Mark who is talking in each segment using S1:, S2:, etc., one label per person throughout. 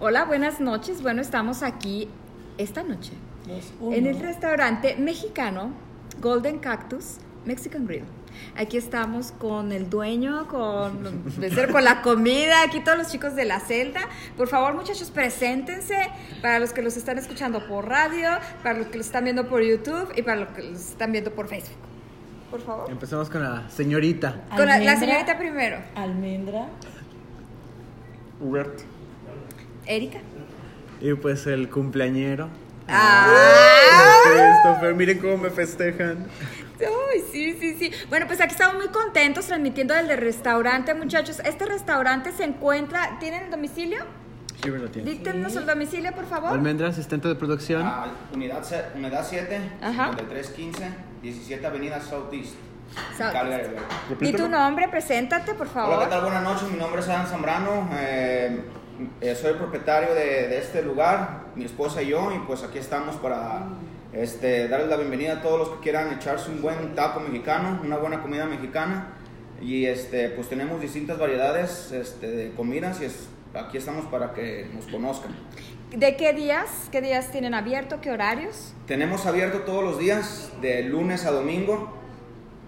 S1: Hola, buenas noches. Bueno, estamos aquí esta noche en el restaurante mexicano Golden Cactus Mexican Grill. Aquí estamos con el dueño, con, ser, con la comida, aquí todos los chicos de la celda. Por favor, muchachos, preséntense para los que los están escuchando por radio, para los que los están viendo por YouTube y para los que los están viendo por Facebook. Por favor.
S2: Empezamos con la señorita
S1: Con la, la
S3: Almendra.
S1: señorita primero,
S3: Almendra.
S2: Hubert.
S1: Erika.
S2: Y pues el cumpleañero.
S1: Ah.
S2: Christopher, miren cómo me festejan.
S1: Ay, sí, sí, sí. Bueno, pues aquí estamos muy contentos transmitiendo desde el restaurante, muchachos. Este restaurante se encuentra, ¿tienen domicilio?
S2: Hubert lo tiene.
S1: Díctenos el domicilio, por favor.
S2: Almendra, asistente de producción.
S4: Ah, unidad, se- unidad 7,
S1: Ajá.
S4: 5315, 17 Avenida Southeast,
S1: Southeast.
S4: Calgary. Alberta.
S1: Y tu nombre, preséntate, por
S4: Hola, ¿qué
S1: favor.
S4: tal? Buenas noches, mi nombre es Adam Zambrano, eh, eh, soy el propietario de, de este lugar, mi esposa y yo, y pues aquí estamos para este, darles la bienvenida a todos los que quieran echarse un buen taco mexicano, una buena comida mexicana, y este, pues tenemos distintas variedades este, de comidas y es- aquí estamos para que nos conozcan.
S1: ¿De qué días? ¿Qué días tienen abierto? ¿Qué horarios?
S4: Tenemos abierto todos los días, de lunes a domingo,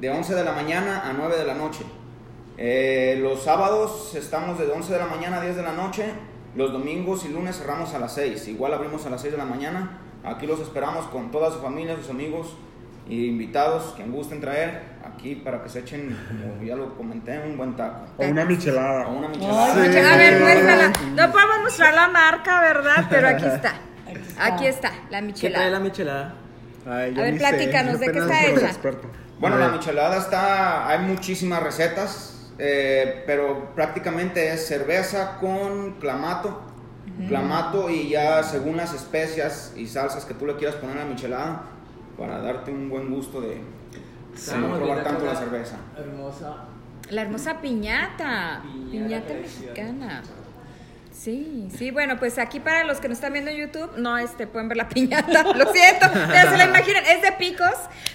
S4: de 11 de la mañana a 9 de la noche. Eh, los sábados estamos de 11 de la mañana a 10 de la noche. Los domingos y lunes cerramos a las 6. Igual abrimos a las 6 de la mañana. Aquí los esperamos con toda su familia, sus amigos e invitados que gusten traer aquí para que se echen, como ya lo comenté, un buen taco.
S5: O una michelada.
S4: O una
S1: Ay,
S4: michelada.
S5: Sí.
S1: muchacha, A ver, muéstrala. No podemos mostrar la marca, ¿verdad? Pero aquí está.
S3: Aquí está.
S1: Aquí está, la
S2: ¿Qué trae la
S1: michelada.
S2: michelada?
S5: Ay, yo
S1: A ver,
S5: ni sé,
S1: platícanos,
S5: yo
S1: ¿de qué
S5: apenas
S1: está
S5: soy
S1: hecha?
S5: experto.
S4: Bueno,
S2: Bueno.
S4: la michelada está, hay muchísimas recetas, eh, pero prácticamente es cerveza con clamato, clamato y ya según las especias y salsas que tú le quieras poner a la michelada para darte un buen gusto de de no probar tanto la cerveza.
S2: Hermosa.
S1: La hermosa piñata.
S2: Piñata
S1: Piñata
S2: deliciosa.
S1: mexicana. Sí, sí, bueno, pues aquí para los que nos están viendo en YouTube, no este, pueden ver la piñata, lo siento, pero se la imaginan, es de picos,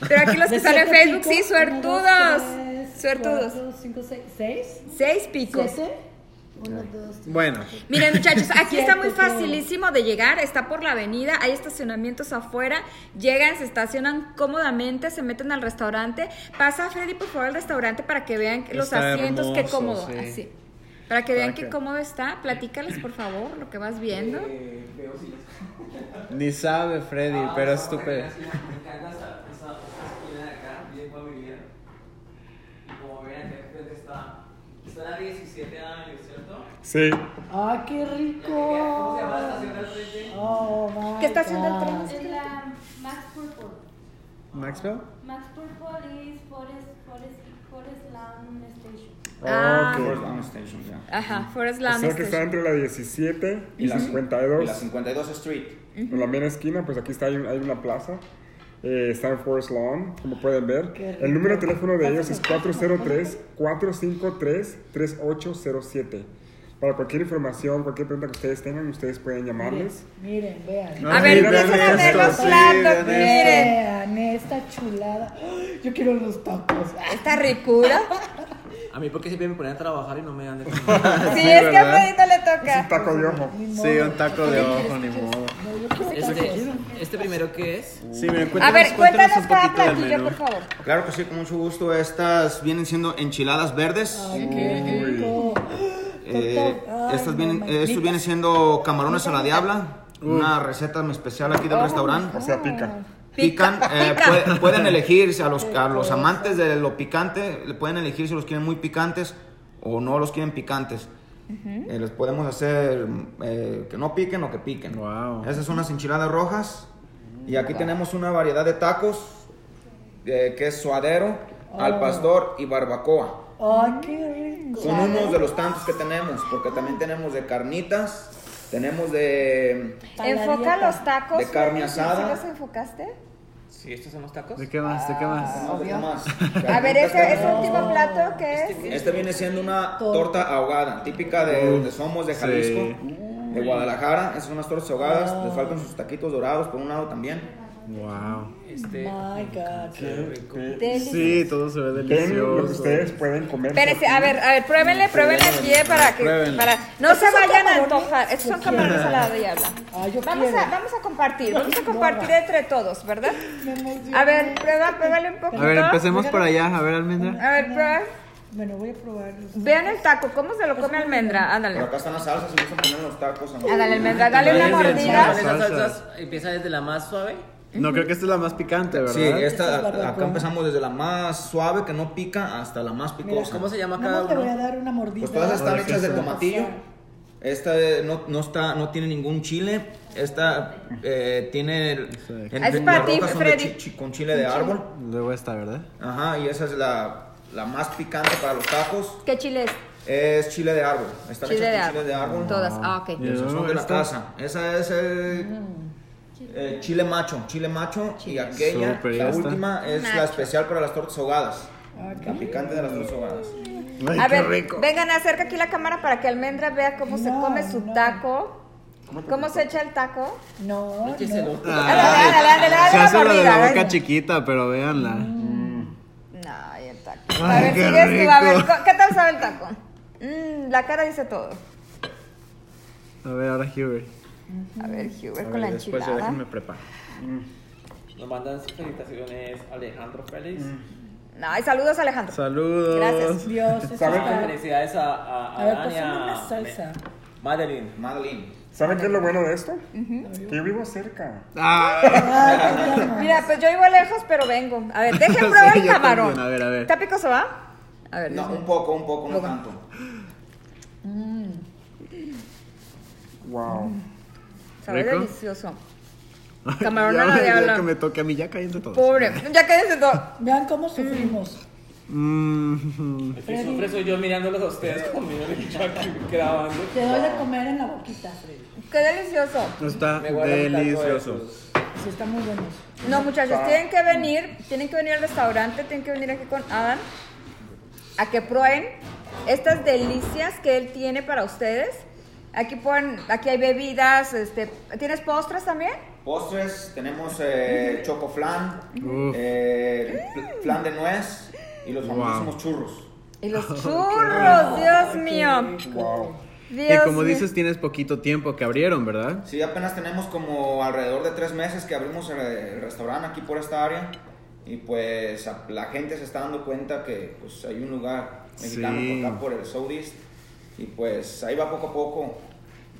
S1: pero aquí los que
S3: De
S1: están en
S3: siete
S1: Facebook, sí,
S3: picos,
S1: suertudos,
S3: uno, dos, tres,
S1: suertudos,
S3: cuatro, cinco, seis. ¿Seis?
S1: seis picos.
S3: ¿Siete? Uno, dos, tres.
S2: Bueno,
S1: Miren muchachos, aquí está muy
S3: Cierto, sí.
S1: facilísimo de llegar, está por la avenida, hay estacionamientos afuera, llegan, se estacionan cómodamente, se meten al restaurante, pasa Freddy por favor al restaurante para que vean los
S2: Está
S1: asientos, qué
S2: hermoso,
S1: cómodo,
S2: sí.
S1: así. Para que
S2: Para
S1: vean qué
S2: que-
S1: cómodo está, platícales por favor lo que vas viendo.
S2: ni sabe Freddy, pero es estúpido.
S6: Me encanta esa, esa, esquina de acá, bien familiar. Y como ven, acá enfrente está. Está la 17 años, ¿cierto?
S5: Sí.
S3: ¡Ah, qué rico!
S6: ¿Cómo se llama la estación del frente?
S3: Oh, my
S1: ¿Qué está haciendo el
S3: God.
S1: tren?
S7: Es la Max Purple.
S2: ¿Maxwell?
S7: Max Purple is Forest, Forest, Forest Lawn Station.
S1: Ah.
S5: Ok.
S4: Forest Lawn Station, ya.
S1: Ajá, Forest
S2: Pues
S5: O
S1: Land.
S5: sea Pues que está
S1: Station.
S5: entre la 17 y la
S4: y
S5: 52.
S4: la 52 Street.
S5: En la mera esquina, pues aquí está, hay, hay una plaza. Eh, está en Forest Lawn, como pueden ver.
S3: Qué rico.
S5: El número de teléfono de ellos es
S3: Pásame,
S5: 403-453-3807. Para cualquier información, cualquier pregunta que ustedes tengan, ustedes pueden
S3: Miren,
S5: llamarles.
S3: miren, vean.
S1: A ver,
S2: Miren
S1: empiezan a ver
S2: esto,
S1: los
S2: sí,
S1: platos,
S2: vean
S1: miren.
S3: Vean esta chulada. ¡Ay! Yo quiero los tacos.
S1: Esta ricura.
S6: A mí, porque siempre me ponían a trabajar y no me dan de
S1: Sí, es que a
S2: ¿verdad?
S1: Freddy no le
S5: Es
S1: toca.
S5: un taco de ojo.
S3: Ni
S2: Sí,
S3: modo.
S2: un taco de ojo, ni modo.
S3: No, yo quiero tacos.
S6: Este, este primero, ¿qué es?
S2: Sí, miren,
S1: A ver, cuéntanos cada
S2: del
S1: platillo,
S2: menú.
S1: por favor.
S4: Claro que sí, con mucho gusto. Estas vienen siendo enchiladas verdes.
S3: Ay, qué rico.
S4: Eh,
S3: Ay,
S4: estas vienen,
S3: mamá.
S4: eh, estos vienen siendo camarones a la diabla, una receta especial aquí del restaurante.
S5: O sea, pica.
S4: Oh. Pican, eh,
S1: pica.
S4: puede- pueden elegirse a los, a los amantes de lo picante, le pueden elegir si los quieren muy picantes o no los quieren picantes. Eh, les podemos hacer eh, que no piquen o que piquen.
S2: Wow.
S4: Esas son las enchiladas rojas. Y aquí tenemos una variedad de tacos eh, que es suadero, al pastor y barbacoa.
S3: Ay, qué rico.
S4: Son unos de los tantos que tenemos, porque también tenemos de carnitas, tenemos de...
S3: Para la
S1: Enfoca
S3: dieta.
S1: los tacos.
S4: De carne
S1: Freddy, ¿sí
S4: asada.
S1: los enfocaste?
S6: Sí, estos son los tacos.
S2: ¿De qué más? ¿De qué más?
S4: ¿de qué más?
S1: A ver, ese, ese
S4: Carnitas,
S1: último plato que es.
S4: Este viene siendo una torta ahogada, típica de donde somos, de
S1: Oh.
S4: Jalisco, de Guadalajara. Esas son unas tortas ahogadas, les faltan sus taquitos dorados por un lado también.
S2: Wow.
S8: Este,
S3: My God.
S8: qué rico.
S2: Sí, todo se ve
S5: Ven lo que
S2: delicioso.
S5: ustedes pueden comer.
S1: Espérense,
S3: ah.
S1: a ver, a ver, pruébenle, pruébenle el pie para que
S2: Pruébenle.
S1: para no se
S3: son
S1: vayan a
S3: camarones?
S1: antojar. Estos son
S3: Yo
S1: camarones
S3: quiero.
S1: a la diabla.
S3: Ah, yo
S1: Vamos a,
S3: quiero.
S1: vamos a compartir, vamos a
S3: No,
S1: compartir
S3: va.
S1: entre todos, ¿verdad?
S3: Me emocioné.
S1: A ver, prueba, pruébale un poquito.
S2: A ver, empecemos por allá. A ver, almendra.
S1: A ver, prueba.
S3: Bueno, voy a probarlos.
S1: Vean el taco, ¿cómo se lo come almendra?
S4: Pero
S1: Ándale.
S4: acá están las salsas y vamos a poner los tacos. amor.
S1: Ándale, almendra, dale una
S2: Ahí viene,
S1: mordida.
S2: sí.
S8: Esas
S2: salsas.
S8: salsas empieza desde la más suave.
S2: No, creo que esta es la más picante, ¿verdad?
S4: Sí, esta,
S3: Esta es barbacoa.
S4: acá empezamos desde la más suave, que no pica, hasta la más picosa.
S8: ¿Cómo se llama
S3: Nada
S8: cada
S3: más te voy a
S8: uno?
S3: dar una mordida.
S4: Pues todas están
S2: Ahora sí
S4: hechas de
S2: está.
S4: tomatillo. Esta eh, no, no, está, no tiene ningún chile. Esta eh, tiene. el-
S2: Sí.
S4: en-
S1: Ah, Es
S4: las
S1: para ti,
S4: rojas son de
S1: Freddy.
S4: chi- chi- con chile de árbol.
S2: Luego esta, ¿verdad?
S4: Ajá, y esa es la, la más picante para los tacos.
S1: ¿Qué chile es?
S4: Es chile de árbol. Están
S1: Chile de
S4: hechas con
S1: árbol.
S4: chile de árbol.
S1: Todas. Ah, ok. Mm.
S4: Y esos son de la
S2: Esta.
S4: casa. Esa es el. eh, chile macho, chile macho y aquella,
S2: Súper, ya
S4: la
S2: está.
S4: última es
S1: Macho.
S4: la especial para las tortas ahogadas, la picante de las tortas ahogadas.
S2: Ay,
S1: A
S2: qué
S1: ver,
S2: rico.
S1: vengan acerca aquí la cámara para que Almendra vea cómo se
S3: No,
S1: come su
S3: no.
S1: taco. ¿Cómo se echa el taco?
S3: No, no.
S8: Écheselo.
S1: Ándale, ándale, ándale,
S2: Ah, Se
S1: ándale,
S2: hace la de la
S1: mordida,
S2: boca
S1: ándale.
S2: chiquita, pero véanla.
S1: No, y el taco.
S2: Ay,
S1: A ver,
S2: qué
S1: sigues tú, a ver,
S2: rico.
S1: co- ¿qué tal sabe el taco? Mm, la cara dice todo.
S2: A ver, ahora Hubert.
S1: A ver, Huber
S2: Mm. A
S1: con la
S2: ver, después ya
S1: enchilada.
S2: déjenme preparar.
S8: Nos mandan sus felicitaciones Alejandro Félix.
S1: No, y saludos, Alejandro.
S2: Saludos.
S1: Gracias.
S3: Dios, eso
S5: ¿Sabe
S8: Ah,
S3: está-
S8: Felicidades a, a,
S3: A ver,
S8: Dani,
S3: pásame
S8: a-
S3: una salsa.
S8: Madeline.
S4: Madeline.
S5: ¿Saben qué es lo bueno de esto? Que yo vivo cerca.
S2: Ah,
S3: Ay, qué llama.
S1: Mira, pues yo vivo lejos, pero vengo. A ver, dejen probar
S2: Sí,
S1: el
S2: yo
S1: camarón.
S2: también, a ver, a ver.
S1: ¿Está picoso, va? A ver,
S4: No,
S1: dice.
S4: un poco, un poco, no tanto.
S5: Wow.
S1: Sabe
S2: ¿Rico?
S1: delicioso. Camarón
S2: ya,
S1: a la
S2: ya
S1: diabla.
S2: que me toque a mí, ya cayendo todo.
S1: Pobre. Ya quédense todo.
S3: Vean cómo sufrimos.
S2: Mm,
S8: El que sufre soy yo mirándolos a ustedes comiendo y yo aquí grabando.
S3: Te doy de comer en la boquita, Freddy.
S1: Qué delicioso.
S2: está
S8: Me guardo un taco de
S2: delicioso.
S3: Sí, están muy buenos.
S1: No, muchachos, tienen que venir, tienen que venir al restaurante, tienen que venir aquí con Adam a que prueben estas delicias que él tiene para ustedes. Aquí pueden, aquí hay bebidas, este, ¿tienes postres también?
S4: Postres, tenemos eh, chocoflan,
S2: Uf.
S4: eh, fl- flan de nuez y los
S2: Wow.
S4: famosísimos churros.
S1: Y los churros, Dios mío.
S5: Wow.
S2: Y
S1: Dios
S2: como
S1: mío.
S2: dices, tienes poquito tiempo que abrieron, ¿verdad?
S4: Sí, apenas tenemos como alrededor de tres meses que abrimos el, el restaurante aquí por esta área y pues a- la gente se está dando cuenta que pues hay un lugar mexicano
S2: Sí.
S4: por acá por el Southeast y pues ahí va poco a poco.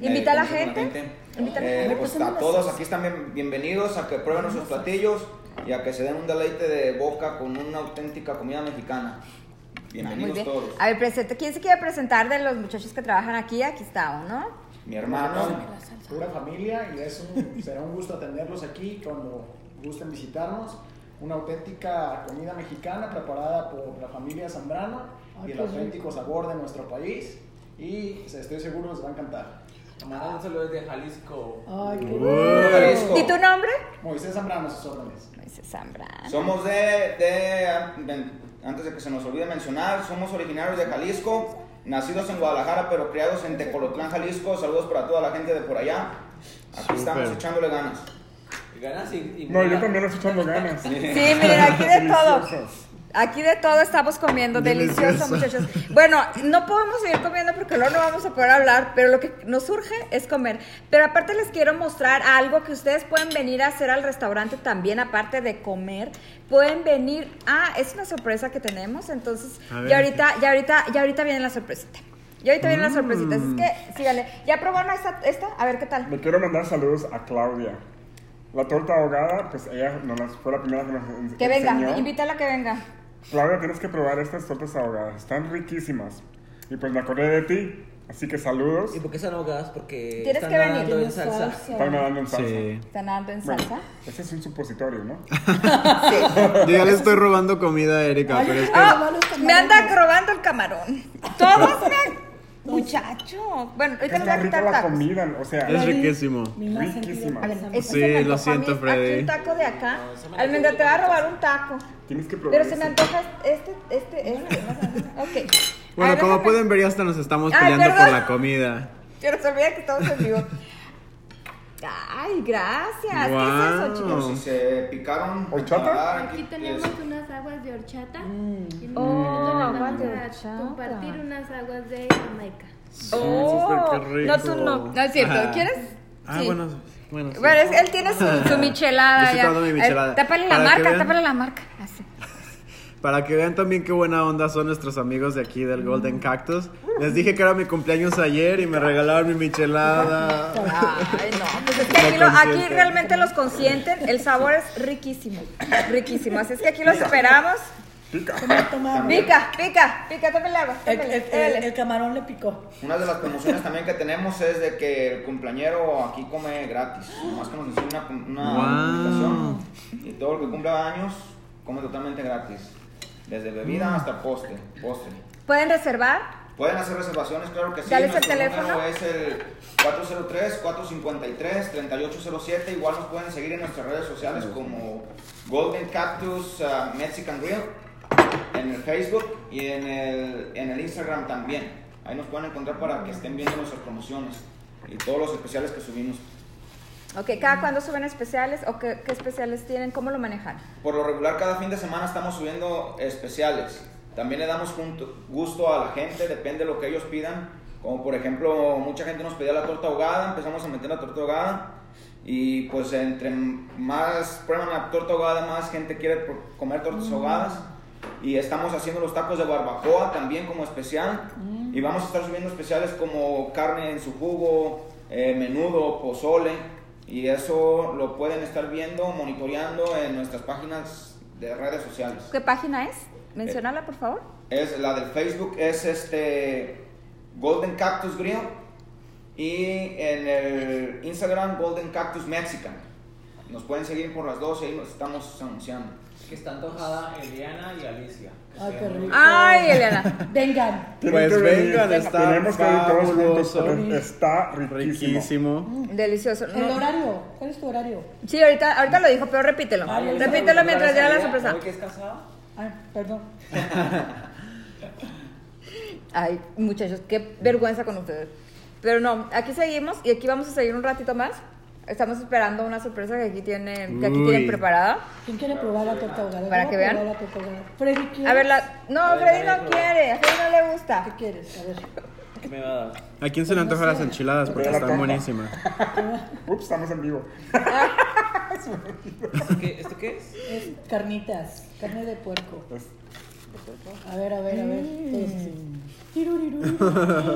S4: eh,
S1: Invita a la
S4: conociendo
S1: gente. Invita a la
S4: Eh,
S1: gente.
S4: pues
S3: Pásame
S4: a
S3: las
S4: todos
S3: salsas.
S4: aquí están bien- bienvenidos a que prueben nuestros platillos y a que se den un deleite de boca con una auténtica comida mexicana.
S1: Ah, Muy
S4: Bienvenidos
S1: bien.
S4: todos.
S1: A ver, presente, ¿quién se quiere presentar de los muchachos que trabajan aquí? Aquí está uno.
S4: Mi hermano,
S9: pura familia y es un- será un gusto atenderlos aquí cuando gusten visitarnos. Una auténtica comida mexicana preparada por la familia Zambrano
S3: Ay,
S9: y el
S3: qué rico.
S9: auténtico sabor de nuestro país. Y se- estoy seguro les va a encantar.
S8: Nos mandan un saludo desde Jalisco.
S3: Ay, qué
S4: Jalisco.
S1: ¿Y tu nombre?
S9: Moisés Zambrano, a sus órdenes.
S1: Dice Zambrano.
S4: Somos de, de- de- antes de que se nos olvide mencionar, somos originarios de Jalisco, nacidos en Guadalajara, pero criados en Tecolotlán, Jalisco. Saludos para toda la gente de por allá. Aquí
S2: Súper.
S4: estamos echándole ganas.
S8: Ganas y. y
S5: No, yo también estoy echando ganas.
S1: Sí, miren, aquí de todo.
S5: Deliciosas.
S1: Aquí de todo estamos comiendo, delicioso,
S2: Delicioso.
S1: muchachos. Bueno, no podemos seguir comiendo porque luego no vamos a poder hablar, pero lo que nos surge es comer. Pero aparte les quiero mostrar algo que ustedes pueden venir a hacer al restaurante también, aparte de comer. Pueden venir a, es una sorpresa que tenemos, entonces
S2: A ver. Mm.
S1: ya ahorita, ya ahorita, ya ahorita viene la sorpresita. Ya ahorita vienen las sorpresitas, así es que síganle. ¿Ya probaron esta, esta? A ver qué tal.
S5: Le quiero mandar saludos a Claudia. La torta ahogada, pues ella nos las- fue la primera que nos en-
S1: Que venga,
S5: enseñó.
S1: invítala que venga.
S5: Claudia, tienes que probar estas tortas ahogadas. Están riquísimas. Y pues me acordé de ti, así que saludos.
S8: ¿Y por qué están ahogadas? Porque
S1: Tienes
S8: están
S1: que venir,
S8: nadando en salsa.
S5: Están nadando en salsa.
S2: Sí.
S1: ¿Están dando en
S5: Bueno,
S1: salsa?
S5: ese es un supositorio, ¿no?
S2: Yo ya le estoy robando comida a Erika, pero es que.
S1: Ah,
S3: Robar los camarones.
S1: me anda robando el camarón. Todos me Muchachos. Bueno, ahorita
S5: Es
S1: les voy
S5: la
S1: a quitar
S5: rica la
S1: tacos.
S5: comida, o sea,
S2: Es riquísimo.
S3: Mi más sentido
S5: Riquísima.
S3: para esa-
S1: Este
S2: Sí,
S1: se me
S2: lo
S1: antojó a
S2: siento,
S1: mí,
S2: Freddy.
S1: Aquí un taco de acá. Almendra, te va a robar un taco.
S5: tienes que probar.
S1: Pero se me
S5: eso.
S1: antoja este, este, este. Ok. A
S2: Bueno,
S1: ver,
S2: como
S1: déjame-
S2: pueden ver, ya hasta nos estamos
S1: Ay,
S2: peleando por
S1: perdón.
S2: la comida.
S1: Se nos olvida que estamos en vivo. Ay, gracias. ¿Qué es eso,
S4: Por si
S1: chicos?
S4: se picaron, hay que
S5: ¿Horchata?
S4: nadar,
S7: Aquí tenemos
S4: es-
S7: unas aguas de horchata. Y
S1: Ah, Oh,
S7: vamos
S1: aguas de
S7: a
S1: horchata.
S7: Compartir unas aguas de Jamaica.
S1: Oh,
S2: súper, qué
S1: no, tú
S2: rico.
S1: no. No es cierto.
S2: Ajá.
S1: ¿Quieres?
S2: Ah,
S1: Sí.
S2: bueno. Bueno, sí.
S1: Bueno, es- él tiene su, su michelada
S2: Yo estoy
S1: ya.
S2: tomando mi michelada.
S1: Eh, Tápale la
S2: Para que
S1: marca,
S2: vean.
S1: tápale la marca. Así.
S2: Para que vean también qué buena onda son nuestros amigos de aquí del Golden Cactus. Les dije que era mi cumpleaños ayer y me regalaron mi michelada.
S1: Ay, no, pues es que aquí, lo-
S2: Lo
S1: aquí
S2: consienten.
S1: realmente los consienten. El sabor es riquísimo, riquísimo. Así es que aquí los esperamos.
S5: Pica.
S3: Toma, toma. El,
S1: Pica, pica, pica, tápale el
S3: Eh,
S1: agua. tápale,
S3: el-
S1: tápale.
S3: el- el camarón le picó.
S4: Una de las promociones también que tenemos es de que el cumpleañero aquí come gratis. Nomás que nos hizo una, una
S2: Wow.
S4: publicación. Y todo el que cumpla años come totalmente gratis. Desde bebida hasta postre. postre.
S1: Pueden reservar
S4: Pueden hacer reservaciones, claro que sí.
S1: Dales el
S4: Nuestro
S1: teléfono.
S4: número es el 403-453-3807. Igual nos pueden seguir en nuestras redes sociales como Golden Cactus uh, Mexican Grill en el Facebook y en el, en el Instagram también. Ahí nos pueden encontrar para que estén viendo nuestras promociones y todos los especiales que subimos.
S1: Ok, ¿cada cuándo suben especiales o qué, qué especiales tienen? ¿Cómo lo manejan?
S4: Por lo regular, cada fin de semana estamos subiendo especiales. También le damos junto- gusto a la gente, depende de lo que ellos pidan. Como por ejemplo, mucha gente nos pedía la torta ahogada, empezamos a meter la torta ahogada. Y pues entre más prueban la torta ahogada, más gente quiere pro- comer tortas ahogadas. Y estamos haciendo los tacos de barbacoa también como especial. Y vamos a estar subiendo especiales como carne en su jugo, eh, menudo, pozole. Y eso lo pueden estar viendo, monitoreando en nuestras páginas de redes sociales.
S1: ¿Qué página es? Mencionala, por favor.
S4: Es la del Facebook es este Golden Cactus Grill y en el Instagram Golden Cactus Mexican. Nos pueden seguir por las dos y ahí nos estamos anunciando.
S8: Que está antojada Eliana y Alicia.
S3: Ay, qué rico.
S1: Ay, Eliana.
S3: Vengan.
S5: Tienen
S2: Pues
S5: que venir.
S2: vengan, está
S5: Tenemos que ir todos juntos
S2: fabuloso.
S5: porque está riquísimo.
S2: Riquísimo.
S1: Delicioso.
S3: El
S1: No-
S3: horario. ¿Cuál es tu horario?
S1: Sí, ahorita, ahorita lo dijo, pero repítelo.
S3: Ay, Eliana,
S1: repítelo mientras ya
S8: ya
S1: la sorpresa.
S8: que es casada?
S3: Ay, Ah, perdón.
S1: Ay, muchachos, qué vergüenza con ustedes. Pero no, aquí seguimos y aquí vamos a seguir un ratito más. Estamos esperando una sorpresa que aquí tienen, que aquí
S2: Uy.
S1: tienen preparada.
S3: ¿Quién quiere probar la torta ahogada? Yo
S1: Para
S3: voy a
S1: que vean.
S3: probar La torta ahogada. Freddy, ¿quieres?
S1: A ver, la... no,
S8: A ver,
S1: Freddy
S8: dale,
S1: no
S8: prueba.
S1: quiere, a Freddy no le gusta.
S3: ¿Qué quieres? A ver.
S8: ¿Qué me va a dar?
S2: ¿A quién se le antojan las enchiladas? Porque
S5: Pero la
S2: están
S5: compa.
S2: buenísimas.
S5: Ups, estamos en vivo.
S8: ¿Esto ¿Este qué, esto qué es?
S3: Es carnitas. Carne de puerco.
S5: Es-
S3: A ver, a ver, a ver.
S8: Mm.
S3: Este.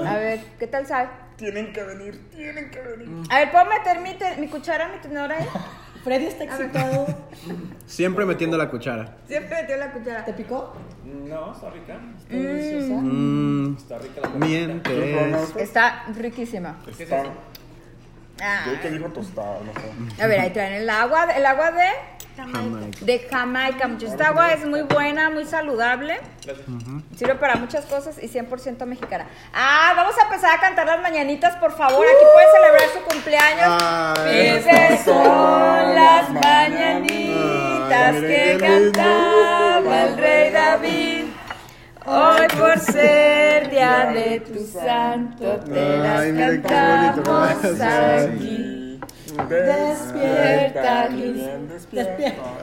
S1: A ver, ¿qué tal sabe?
S5: Tienen que venir, tienen que venir.
S1: A ver, ¿puedo meter mi, te- mi cuchara, mi tenedora ahí?
S3: Freddy está excitado.
S2: Siempre metiendo la cuchara.
S1: Siempre metió la cuchara.
S3: ¿Te picó?
S8: No, está rica.
S3: Está deliciosa.
S2: Mm,
S8: Está rica la tortita.
S2: mientes.
S1: Está riquísima.
S8: ¿Qué es
S5: Está.
S8: eso?
S1: Ah.
S5: Yo te digo tostada, no sé.
S1: A ver, ahí traen el agua, el agua de,
S2: Jamaica.
S1: de Jamaica. muchachos. Esta agua es muy buena, muy saludable.
S8: Gracias.
S1: Sirve para muchas cosas y 100% mexicana. Ah, vamos a empezar a cantar las mañanitas, por favor. Aquí pueden celebrar su cumpleaños.
S2: Ay,
S1: Felices son las mañanitas
S2: Ay,
S1: que
S2: qué lindo.
S1: cantaba el rey David. Hoy por ser día de tu santo te las
S2: Ay, mira qué
S1: cantamos
S2: bonito.
S1: aquí. Despierta, Luis.
S3: Despierta.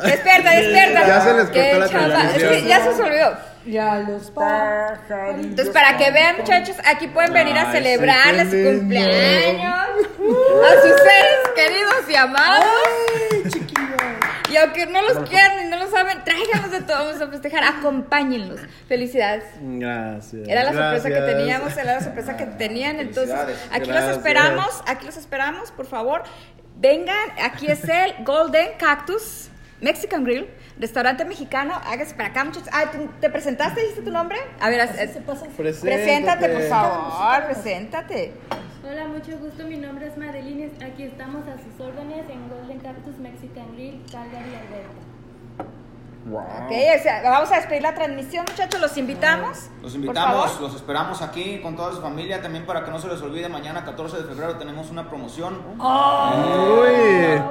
S1: Despierta, despierta.
S2: Ya se les cortó
S1: Qué
S2: la
S1: chafa.
S2: transmisión.
S1: Es que ya se os olvidó.
S3: Ya los pa.
S1: Entonces, para que vean, muchachos, aquí pueden venir a
S2: Ay,
S1: celebrarles su
S2: sí, qué lindo. Uh.
S1: cumpleaños. A sus seres queridos y amados. Y aunque no los quieran y no lo saben, tráiganlos de todo. Vamos a festejar. Acompáñenlos. Felicidades.
S2: Gracias.
S1: Era la sorpresa
S2: gracias.
S1: que teníamos, era la sorpresa que tenían. Entonces,
S4: Felicidades.
S1: aquí los
S2: Gracias.
S1: esperamos, aquí los esperamos, por favor. Vengan, aquí es el Golden Cactus Mexican Grill, restaurante mexicano. Hágase para acá, muchachos. Ah, ¿tú- ¿te presentaste? ¿Dijiste tu nombre? A ver, haz-
S3: Se pasa.
S1: preséntate,
S2: pues.
S1: por favor, preséntate.
S7: Hola, mucho gusto. Mi nombre es Madeline. Aquí estamos a sus órdenes en Golden Cactus Mexican Grill, Calgary, Alberta.
S5: Wow.
S1: Ok, o sea, vamos a despedir la transmisión, muchachos. Los invitamos.
S4: Los
S1: Por
S4: invitamos,
S1: favor.
S4: los esperamos aquí con toda su familia. También para que no se les olvide, mañana 14 de febrero tenemos una promoción.
S2: Uy.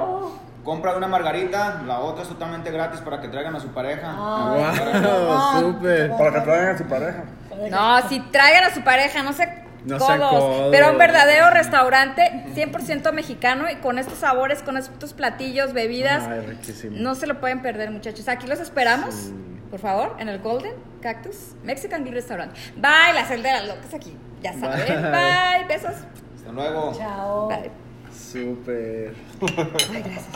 S4: Compra de una margarita, la otra es totalmente gratis para que traigan a su pareja.
S2: Wow, súper.
S5: Para Eh, que traigan a su pareja.
S1: No, si traigan a su pareja, no se
S2: No sean
S1: codos.
S2: codos.
S1: Pero un verdadero restaurante 100% mexicano y con estos sabores, con estos platillos, bebidas.
S2: Ay, pues riquísimo.
S1: No se lo pueden perder, muchachos. Aquí los esperamos, por favor, en el Golden Cactus Mexican Grill Restaurant. Bye, la celda de las locas aquí. Ya saben. Bye,
S2: Bye. Oh.
S1: besos.
S4: Hasta luego.
S3: Chao.
S1: Bye.
S2: Súper.
S1: Ay, gracias.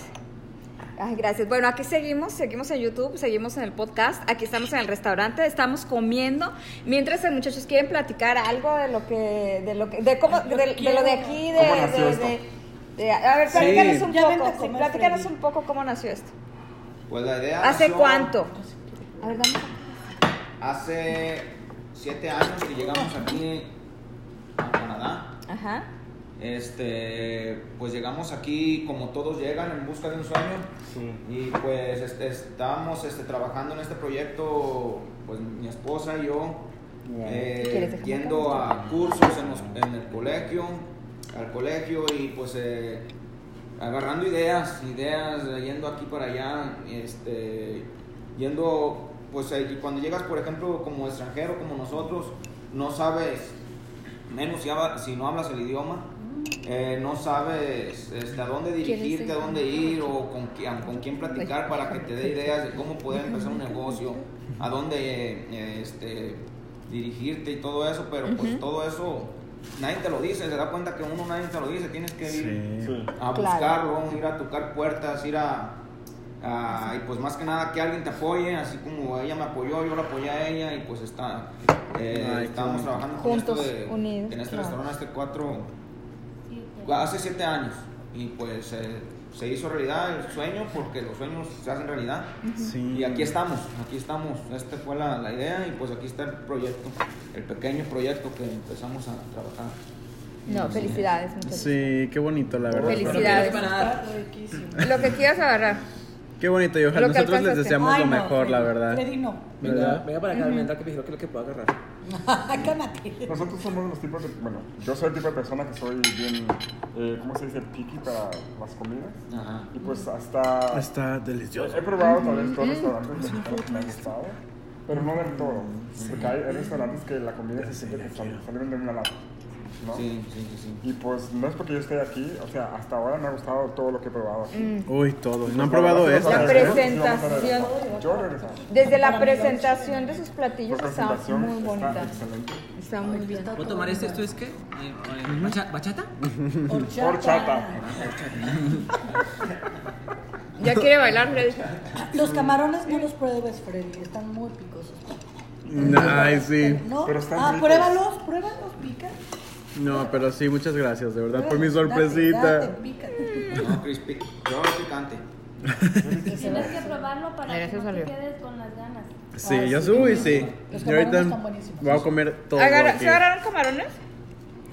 S1: Ay, gracias. Bueno, aquí seguimos, seguimos en YouTube, seguimos en el podcast, aquí estamos en el restaurante, estamos comiendo. Mientras los muchachos quieren platicar algo de lo que, de lo que, de cómo, de, de lo de aquí, de,
S5: ¿Cómo nació
S1: de-
S5: esto?
S1: de- de- a ver, platícanos
S2: Sí.
S1: un
S3: Ya vente
S1: poco,
S3: a
S1: sí,
S3: comer,
S1: platícanos
S3: Freddy.
S1: un poco cómo nació esto.
S4: Pues la idea.
S1: ¿Hace
S4: nació
S1: cuánto? A ver, dame.
S4: Hace siete años que llegamos aquí a Canadá.
S1: Ajá.
S4: Este, pues llegamos aquí como todos llegan en busca de un sueño y pues este, estamos este, trabajando en este proyecto, pues mi esposa y yo, eh,
S1: ¿Quieres dejarme
S4: yendo
S1: acá?
S4: a cursos en, los- en el colegio, al colegio y pues eh, agarrando ideas, ideas, eh, yendo aquí para allá, este, yendo, pues eh, y cuando llegas por ejemplo como extranjero, como nosotros, no sabes menos si, habla- si no hablas el idioma, eh, no sabes este, a dónde dirigirte, a dónde ir o con quién, con quién platicar para que te dé ideas de cómo poder empezar un negocio, a dónde eh, este, dirigirte y todo eso, pero pues todo eso nadie te lo dice, se da cuenta que uno nadie te lo dice, tienes que ir
S2: Sí.
S5: Sí.
S4: a
S1: Claro.
S4: buscarlo, ir a tocar puertas, ir a... a- y pues más que nada que alguien te apoye, así como ella me apoyó, yo la apoyé a ella y pues está, eh,
S2: Ay, qué
S4: estábamos
S2: bonito.
S4: trabajando con esto
S1: Juntos,
S4: de-
S1: unidos,
S4: en este
S1: claro.
S4: restaurante hace cuatro,
S7: Sí, pues,
S4: hace siete años y pues eh, se hizo realidad el sueño porque los sueños se hacen realidad
S2: Sí.
S4: y aquí estamos, aquí estamos, esta fue la, la idea y pues aquí está el proyecto, el pequeño proyecto que empezamos a trabajar.
S1: No, felicidades, muchachos.
S2: Sí, qué bonito, la verdad.
S1: Felicidades.
S3: Está riquísimo.
S1: Lo que quieras agarrar.
S2: Qué bonito, y ojalá
S1: Lo que
S2: nosotros les
S1: alcanzaste.
S2: deseamos
S3: Ay,
S2: lo
S3: no,
S2: mejor, la
S3: Freddy.
S2: verdad.
S3: Freddy no.
S8: Venga,
S2: ¿Verdad?
S8: venga para acá, Almendra, que me dijeron que es lo que puedo agarrar.
S3: Cálmate.
S5: Nosotros somos los tipos de. Bueno, yo soy el tipo de persona que soy bien. eh, ¿Cómo se dice? Picky para las comidas.
S4: Ajá.
S5: Y pues hasta.
S2: Está delicioso.
S5: He probado tal vez
S1: Mm.
S5: todos los restaurantes mexicanos que me han gustado, pero no del todo.
S1: Mm.
S5: Porque hay hay restaurantes que la comida se siente que sal- salieron de una lata. ¿no?
S4: Sí, sí, sí, sí.
S5: Y pues no es porque yo esté aquí, o sea, hasta ahora me ha gustado todo lo que he probado aquí.
S2: Uy, todo. No han probado
S5: Ahora sí
S2: esto.
S5: vamos a
S1: Mm. La
S5: regresar,
S1: presen-
S2: ¿verdad?
S5: sí vamos a regresar.
S1: presentación.
S5: Yo regresar.
S1: Desde la presentación de sus platillos
S5: Por
S1: está
S5: presentación
S1: muy
S5: está
S1: bonita.
S5: excelente.
S1: Está muy bien.
S8: ¿Voy a tomar este? ¿Esto es qué? Eh, eh, bacha- ¿Bachata?
S3: Horchata.
S5: Horchata.
S1: Ya quiere bailar, Freddy.
S3: Los camarones no los pruebes, Freddy. Están muy picosos.
S2: Ay, sí.
S3: ¿No?
S5: Pero están
S3: ah,
S5: ricos.
S3: pruébalos, pruébalos, pica.
S2: No, pero sí, muchas gracias, de verdad, Ah, por mi
S3: Date,
S2: sorpresita.
S3: date, pica.
S4: No, crispy, yo picante.
S7: pues, Tienes que probarlo para que
S1: Gracias,
S7: no te
S1: salió.
S7: quedes con las ganas.
S2: Sí,
S3: Ay,
S2: yo
S3: sí.
S2: subo y sí.
S3: Los
S2: Yo
S3: camarones
S2: ahorita
S3: están buenísimos.
S2: voy a comer todo.
S1: Agarra-
S2: aquí.
S1: ¿Se agarraron camarones?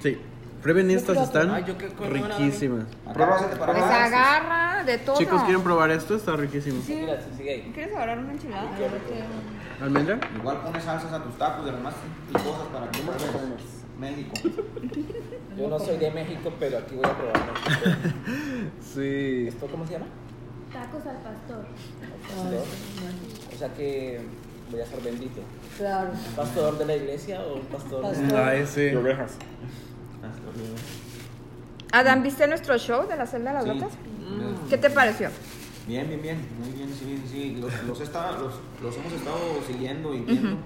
S2: Sí. Prueben
S3: Yo
S2: estas,
S3: quiero otro.
S2: están
S8: Ay, yo quiero-
S2: riquísimas.
S4: Pruébate para
S1: Pues
S4: acá.
S1: agarra de todo.
S2: Ah, Chicos, ¿quieren probar esto? Está riquísimo.
S1: Sí.
S8: Mira, sigue ahí.
S1: ¿Quieres agarrar una enchilada?
S2: ¿Almendra?
S4: Igual pones salsas a tus tacos de las más picosas para que pruebes México.
S8: Yo no soy de México, pero aquí voy a probarlo.
S2: Sí.
S8: ¿Esto cómo se llama?
S7: Tacos al pastor.
S8: Pastor. O sea que voy a ser bendito.
S3: Claro.
S8: ¿Pastor de la iglesia o pastor de...
S3: Pastor.
S2: Ay, sí.
S5: Y ovejas.
S1: Adán, ¿viste nuestro show de la celda de las locas?
S4: Sí.
S1: ¿Qué te pareció?
S4: Bien, bien, bien, muy bien, sí, sí. Los, los, está- los, los hemos estado siguiendo y viendo.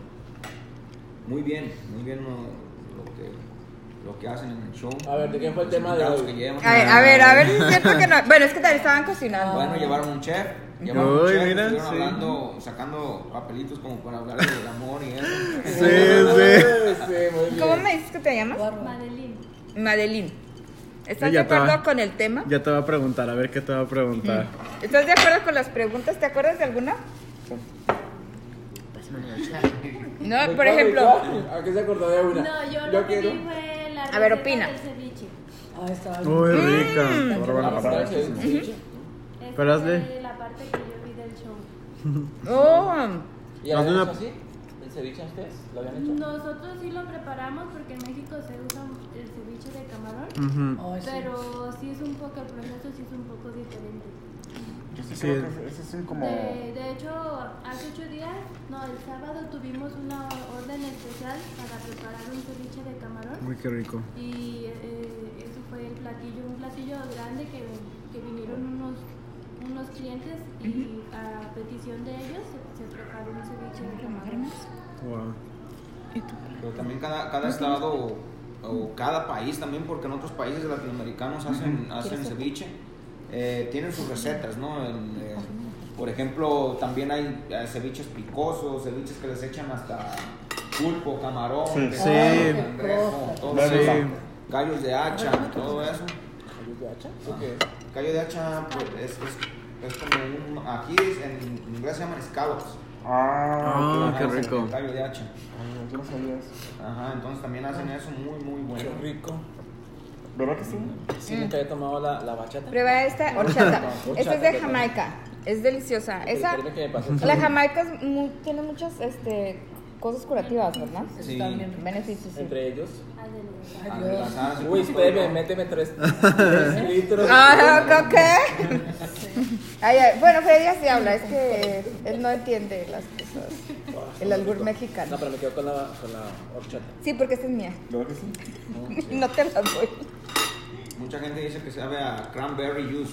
S4: Muy bien, muy bien lo, lo que, lo que hacen en el show.
S8: A ver, ¿de qué fue el
S4: Los
S8: tema de
S4: invitados
S8: hoy?
S4: que llevan.
S1: A ver,
S2: Ah.
S1: a ver, a ver si es cierto que no. Bueno, es que también estaban cocinando.
S4: Bueno, llevaron un chef. Llevaron un
S2: Uy,
S4: chef,
S2: mira,
S4: estuvieron
S2: sí.
S4: hablando, sacando papelitos como para hablar del amor y eso.
S2: Sí, sí.
S8: sí, muy bien.
S1: ¿Cómo me dices que te llamas?
S3: Bárbaro.
S7: Madeline.
S1: Madeline. ¿Estás de
S2: Ya
S1: acuerdo
S2: estaba.
S1: con el tema?
S2: Ya te voy a preguntar, a ver qué te voy a preguntar.
S1: ¿Estás de acuerdo con las preguntas? ¿Te acuerdas de alguna? No, por
S8: ¿Cuál,
S1: ejemplo,
S8: cuál? ¿A qué se acordó de una?
S7: No, yo lo que vi fue la
S1: A ver,
S7: receta
S1: opina.
S7: del ceviche.
S3: Ahí está.
S2: Uy,
S3: Mm.
S2: rica.
S5: Ahora van a
S8: Ah,
S5: pasar.
S8: ¿sabes? Sí.
S7: Esa
S2: Pero hazle.
S7: fue Este, la parte que yo vi del show.
S1: oh,
S8: ¿Y habían
S2: Hazme
S8: hecho
S2: una-
S8: así? ¿El ceviche a ustedes? ¿Lo habían hecho?
S7: Nosotros sí lo preparamos porque en México se usa el ceviche de camarón.
S2: Ujú.
S3: Ay, Oh, sí.
S7: Pero sí es un poco, el proceso sí es un poco diferente.
S5: Yo sí,
S2: Sí.
S5: creo que ese- ese es un como...
S7: De, de hecho, hace ocho días, no, el sábado tuvimos una orden especial para preparar un ceviche de camarón.
S2: Uy, qué rico.
S7: Y eh, eso fue el platillo, un platillo grande que, que vinieron unos, unos clientes y a petición de ellos se, se preparó un ceviche de camarón.
S2: Wow.
S4: Pero también cada, cada estado o, o cada país también, porque en otros países latinoamericanos hacen, hacen ceviche, eh, tienen sus recetas, ¿no? En, eh, por ejemplo, también hay eh, ceviches picosos, ceviches que les echan hasta pulpo, camarón,
S5: Sí.
S4: pescado,
S2: Sí.
S4: cangrejo, todo
S2: Sí.
S4: eso. gallos de hacha, todo eso. ¿Gallos de hacha? Gallo de hacha pues, es, es- es como un... Aquí en inglés se llaman scallops.
S5: Ah,
S2: Ah,
S5: ok.
S2: qué
S4: Ajá, es
S2: rico.
S4: el Gallo de hacha.
S5: Ay, Yo no sabía eso.
S4: Ajá, entonces también hacen eso muy, muy bueno.
S8: rico.
S5: ¿Verdad que sí?
S8: Sí, nunca había tomado la, la bachata.
S1: Prueba esta horchata. Esta es
S8: Horchata,
S1: de Jamaica. Es deliciosa. Esa,
S8: Espérame que me pase el
S1: la Jamaica es mu- tiene muchas este, cosas curativas, ¿verdad?
S4: Sí.
S1: Beneficios. sí.
S8: Entre ellos.
S7: Adelante.
S4: Adelgazar,
S8: Uy,
S4: sí,
S8: espérame,
S4: pero-
S8: méteme tres, tres litros.
S1: Ah, ok, ok. Ay, ay, Bueno, Freddy así habla, es que él no entiende las cosas. El albur
S8: No,
S1: mexicano.
S8: pero me quedo con la, con la horchata.
S1: Sí, porque esta es mía.
S5: ¿Verdad que sí?
S1: No te la doy.
S4: Mucha gente dice que sabe a cranberry juice.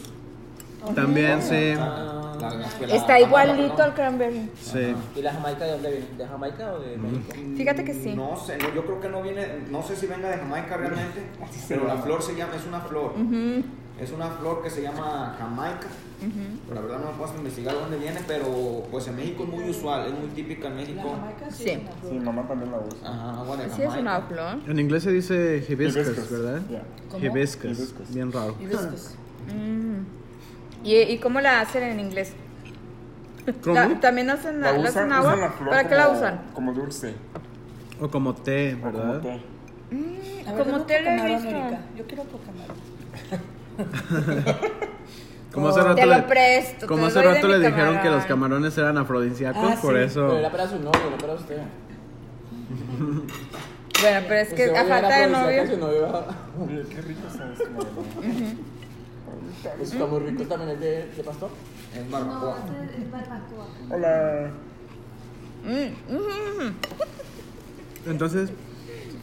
S2: También, sí.
S4: La- la- la- la-
S1: Está
S4: la-
S1: igualito
S4: la-
S1: al cranberry.
S2: Sí.
S8: ¿Y la Jamaica de dónde viene? ¿De Jamaica o de México?
S1: Fíjate que sí.
S4: No sé, no, yo creo que no viene, no sé si venga de Jamaica realmente, pero la flor se llama, es una flor. Es una flor que se llama Jamaica. Pero la verdad no me puedo investigar dónde viene, pero pues en México es muy usual, es muy típica en México.
S1: Sí.
S5: Sí, mamá también la usa.
S4: Ajá, agua de
S1: Sí es una
S4: Jamaica.
S1: flor.
S2: En inglés se dice hibiscus,
S5: Hibiscus,
S2: ¿verdad?
S5: ya.
S2: Hibiscus.
S5: Hibiscus.
S2: Bien raro.
S1: Mm. ¿Y, y cómo la hacen en inglés?
S2: ¿Cómo?
S1: La- ¿También hacen, la, la hacen agua?
S5: la flor
S1: ¿Para qué la
S5: como-
S1: usan?
S5: Como dulce.
S2: O como té,
S5: o Como
S2: ¿verdad?
S5: té.
S3: A ver,
S1: Como
S3: dame
S1: te lo he
S3: camarón,
S1: visto.
S3: Erika. Yo quiero cocamarón.
S2: Como hace rato
S1: Te lo
S2: le-
S1: presto,
S2: Como
S1: te
S2: hace
S1: doy de
S2: rato
S1: mi
S2: le dijeron que
S1: camarón.
S2: los camarones eran afrodisíacos,
S3: Ah,
S2: por
S3: sí.
S8: Pero
S2: eso.
S8: era para su novio, no para usted.
S1: Bueno, pero es que a falta de novio.
S8: Su novio era-
S5: Oye, qué rico sabes como de
S8: Pues está muy rico también el de, de pastor.
S4: Es
S7: No,
S4: barbacoa.
S7: es, es barbacoa.
S5: Hola.
S1: Mm, mm, mm.
S2: Entonces,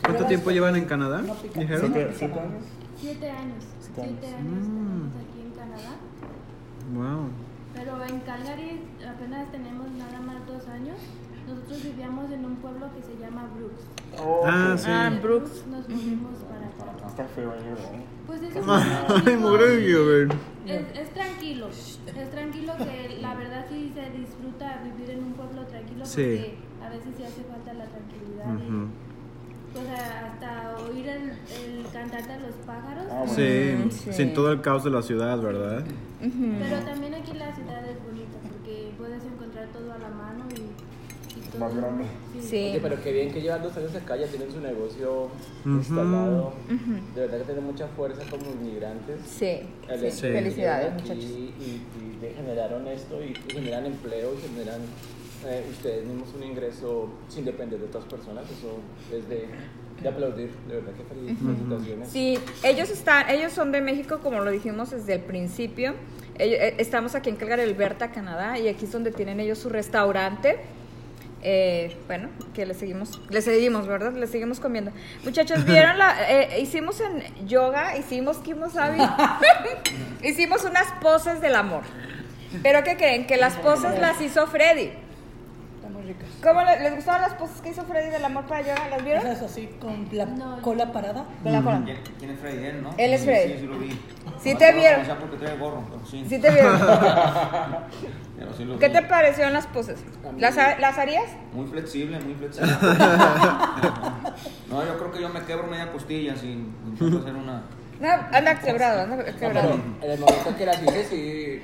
S2: ¿cuánto tiempo llevan en Canadá? Dijeron.
S5: ¿Siete, siete años?
S7: Siete años. Siete
S5: años.
S7: años
S2: Mm.
S7: tenemos aquí en Canadá.
S2: Wow.
S7: Pero en Calgary apenas tenemos nada más dos años. Nosotros vivíamos en un pueblo que se llama Brooks.
S5: Oh,
S2: Ah,
S5: qué-
S2: sí.
S1: Ah, Brooks.
S7: Nos movimos para acá.
S5: Está feo ¿eh? ahí, ¿verdad?
S7: Pues eso
S1: Ah,
S2: Ay, Murillo, güey.
S5: Ah,
S7: es, es tranquilo. Es tranquilo que la verdad sí se disfruta vivir en un pueblo tranquilo
S2: Sí.
S7: porque a veces sí hace falta la tranquilidad. y,
S2: Ujú.
S7: pues, a- hasta oír el, el cantar de los pájaros.
S5: Ah, bueno.
S2: Sí,
S1: sí.
S2: sin todo el caos de la ciudad, ¿verdad?
S7: Pero también aquí la ciudad es bonita porque puedes encontrar todo a la mano y, y todo.
S5: Más grande.
S1: Sí.
S8: Oye, pero qué bien que llevan dos años acá, ya tienen su negocio instalado. De verdad que tienen mucha fuerza como inmigrantes.
S1: Sí,
S8: El
S1: sí.
S8: hecho de que
S1: Felicidades,
S8: llegaron aquí
S1: muchachos.
S8: Y, y de- generaron esto y, y generan empleo y generan eh, ustedes mismos un ingreso sin depender de otras personas. Eso es de, de aplaudir, de verdad que fel- felicitaciones.
S1: Sí, ellos están, ellos son de México, como lo dijimos desde el principio. Ello- eh, Estamos aquí en Calgary, Alberta, Canadá, y aquí es donde tienen ellos su restaurante. Eh, bueno, que le seguimos, le seguimos, ¿verdad? Le seguimos comiendo. Muchachos, ¿vieron la, eh, hicimos en yoga, hicimos kimosabi, hicimos unas poses del amor. Pero ¿qué creen? Que las poses las hizo Freddy.
S3: Están muy ricas.
S1: ¿Cómo le- les gustaron las poses que hizo Freddy del amor para yoga? ¿Las vieron?
S3: Esas así con la
S7: No, yo-
S3: cola parada.
S1: Con la cola.
S4: ¿Quién- ¿Quién es Freddy? Él, ¿no?
S1: Él es
S4: Sí,
S1: Freddy.
S4: Sí, sí lo vi.
S1: Sí
S4: No
S1: te
S4: lo
S1: vieron.
S4: conocía porque trae gorro, pero sí.
S1: Sí te vieron.
S4: Pero sí lo
S1: ¿Qué
S4: vi.
S1: te parecieron las poses? ¿Las, ha- las harías?
S4: Muy flexible, muy flexible. no, yo creo que yo me quebro media costilla si intento hacer una.
S1: No, anda quebrado, anda
S8: No,
S1: quebrado.
S8: pero en el momento que las hice, sí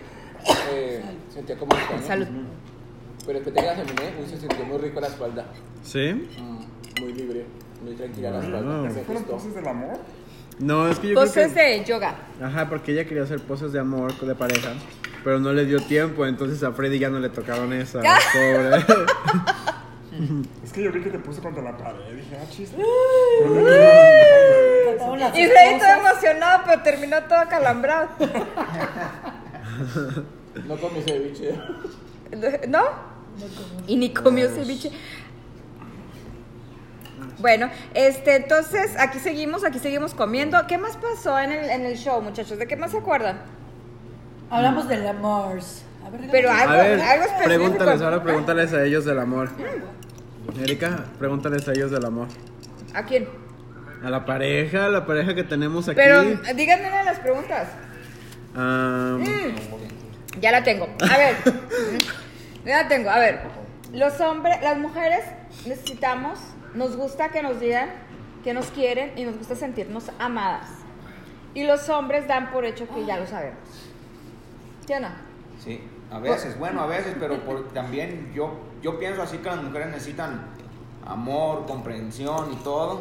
S8: eh, sentía como extraño.
S1: Salud.
S8: Pero después de que las terminé, uy, se sintió muy rico la espalda.
S2: ¿Sí?
S8: Mm, Muy libre, muy tranquila la espalda.
S2: Wow.
S8: Se
S5: ¿Fueron
S8: gustó.
S5: poses del amor?
S2: No, es que yo
S1: Poses
S2: creo que...
S1: de yoga.
S2: Ajá, porque ella quería hacer poses de amor de pareja, pero no le dio tiempo, entonces a Freddy ya no le tocaron esa. Pobre.
S5: Es que yo vi que te puse contra la pared. Dije, ah, chiste.
S3: Trataron las
S1: Y Freddy todo
S3: esposas.
S1: emocionado, pero terminó todo acalambrado.
S8: No comí ceviche.
S1: ¿No? Y ni comió ceviche. Bueno, este, entonces aquí seguimos, aquí seguimos comiendo. ¿Qué más pasó en el, en el show, muchachos? ¿De qué más se acuerdan?
S10: Hablamos del amor. A ver,
S1: Pero
S10: regálame.
S1: algo,
S2: A ver,
S1: algo específico.
S2: pregúntales, ahora pregúntales a ellos del amor. Erika, pregúntales a ellos del amor.
S1: ¿A quién?
S2: A la pareja, a la pareja que tenemos aquí.
S1: Pero eh, díganme una de las preguntas.
S2: Am,
S1: eh. Mm, ya la tengo. A ver. ya la tengo. A ver. Los hombres, las mujeres necesitamos, nos gusta que nos digan que nos quieren y nos gusta sentirnos amadas. Y los hombres dan por hecho que ya lo sabemos. ¿Sí o no?
S4: Sí, a veces, bueno, a veces, pero por- también yo, yo pienso así que las mujeres necesitan amor, comprensión y todo,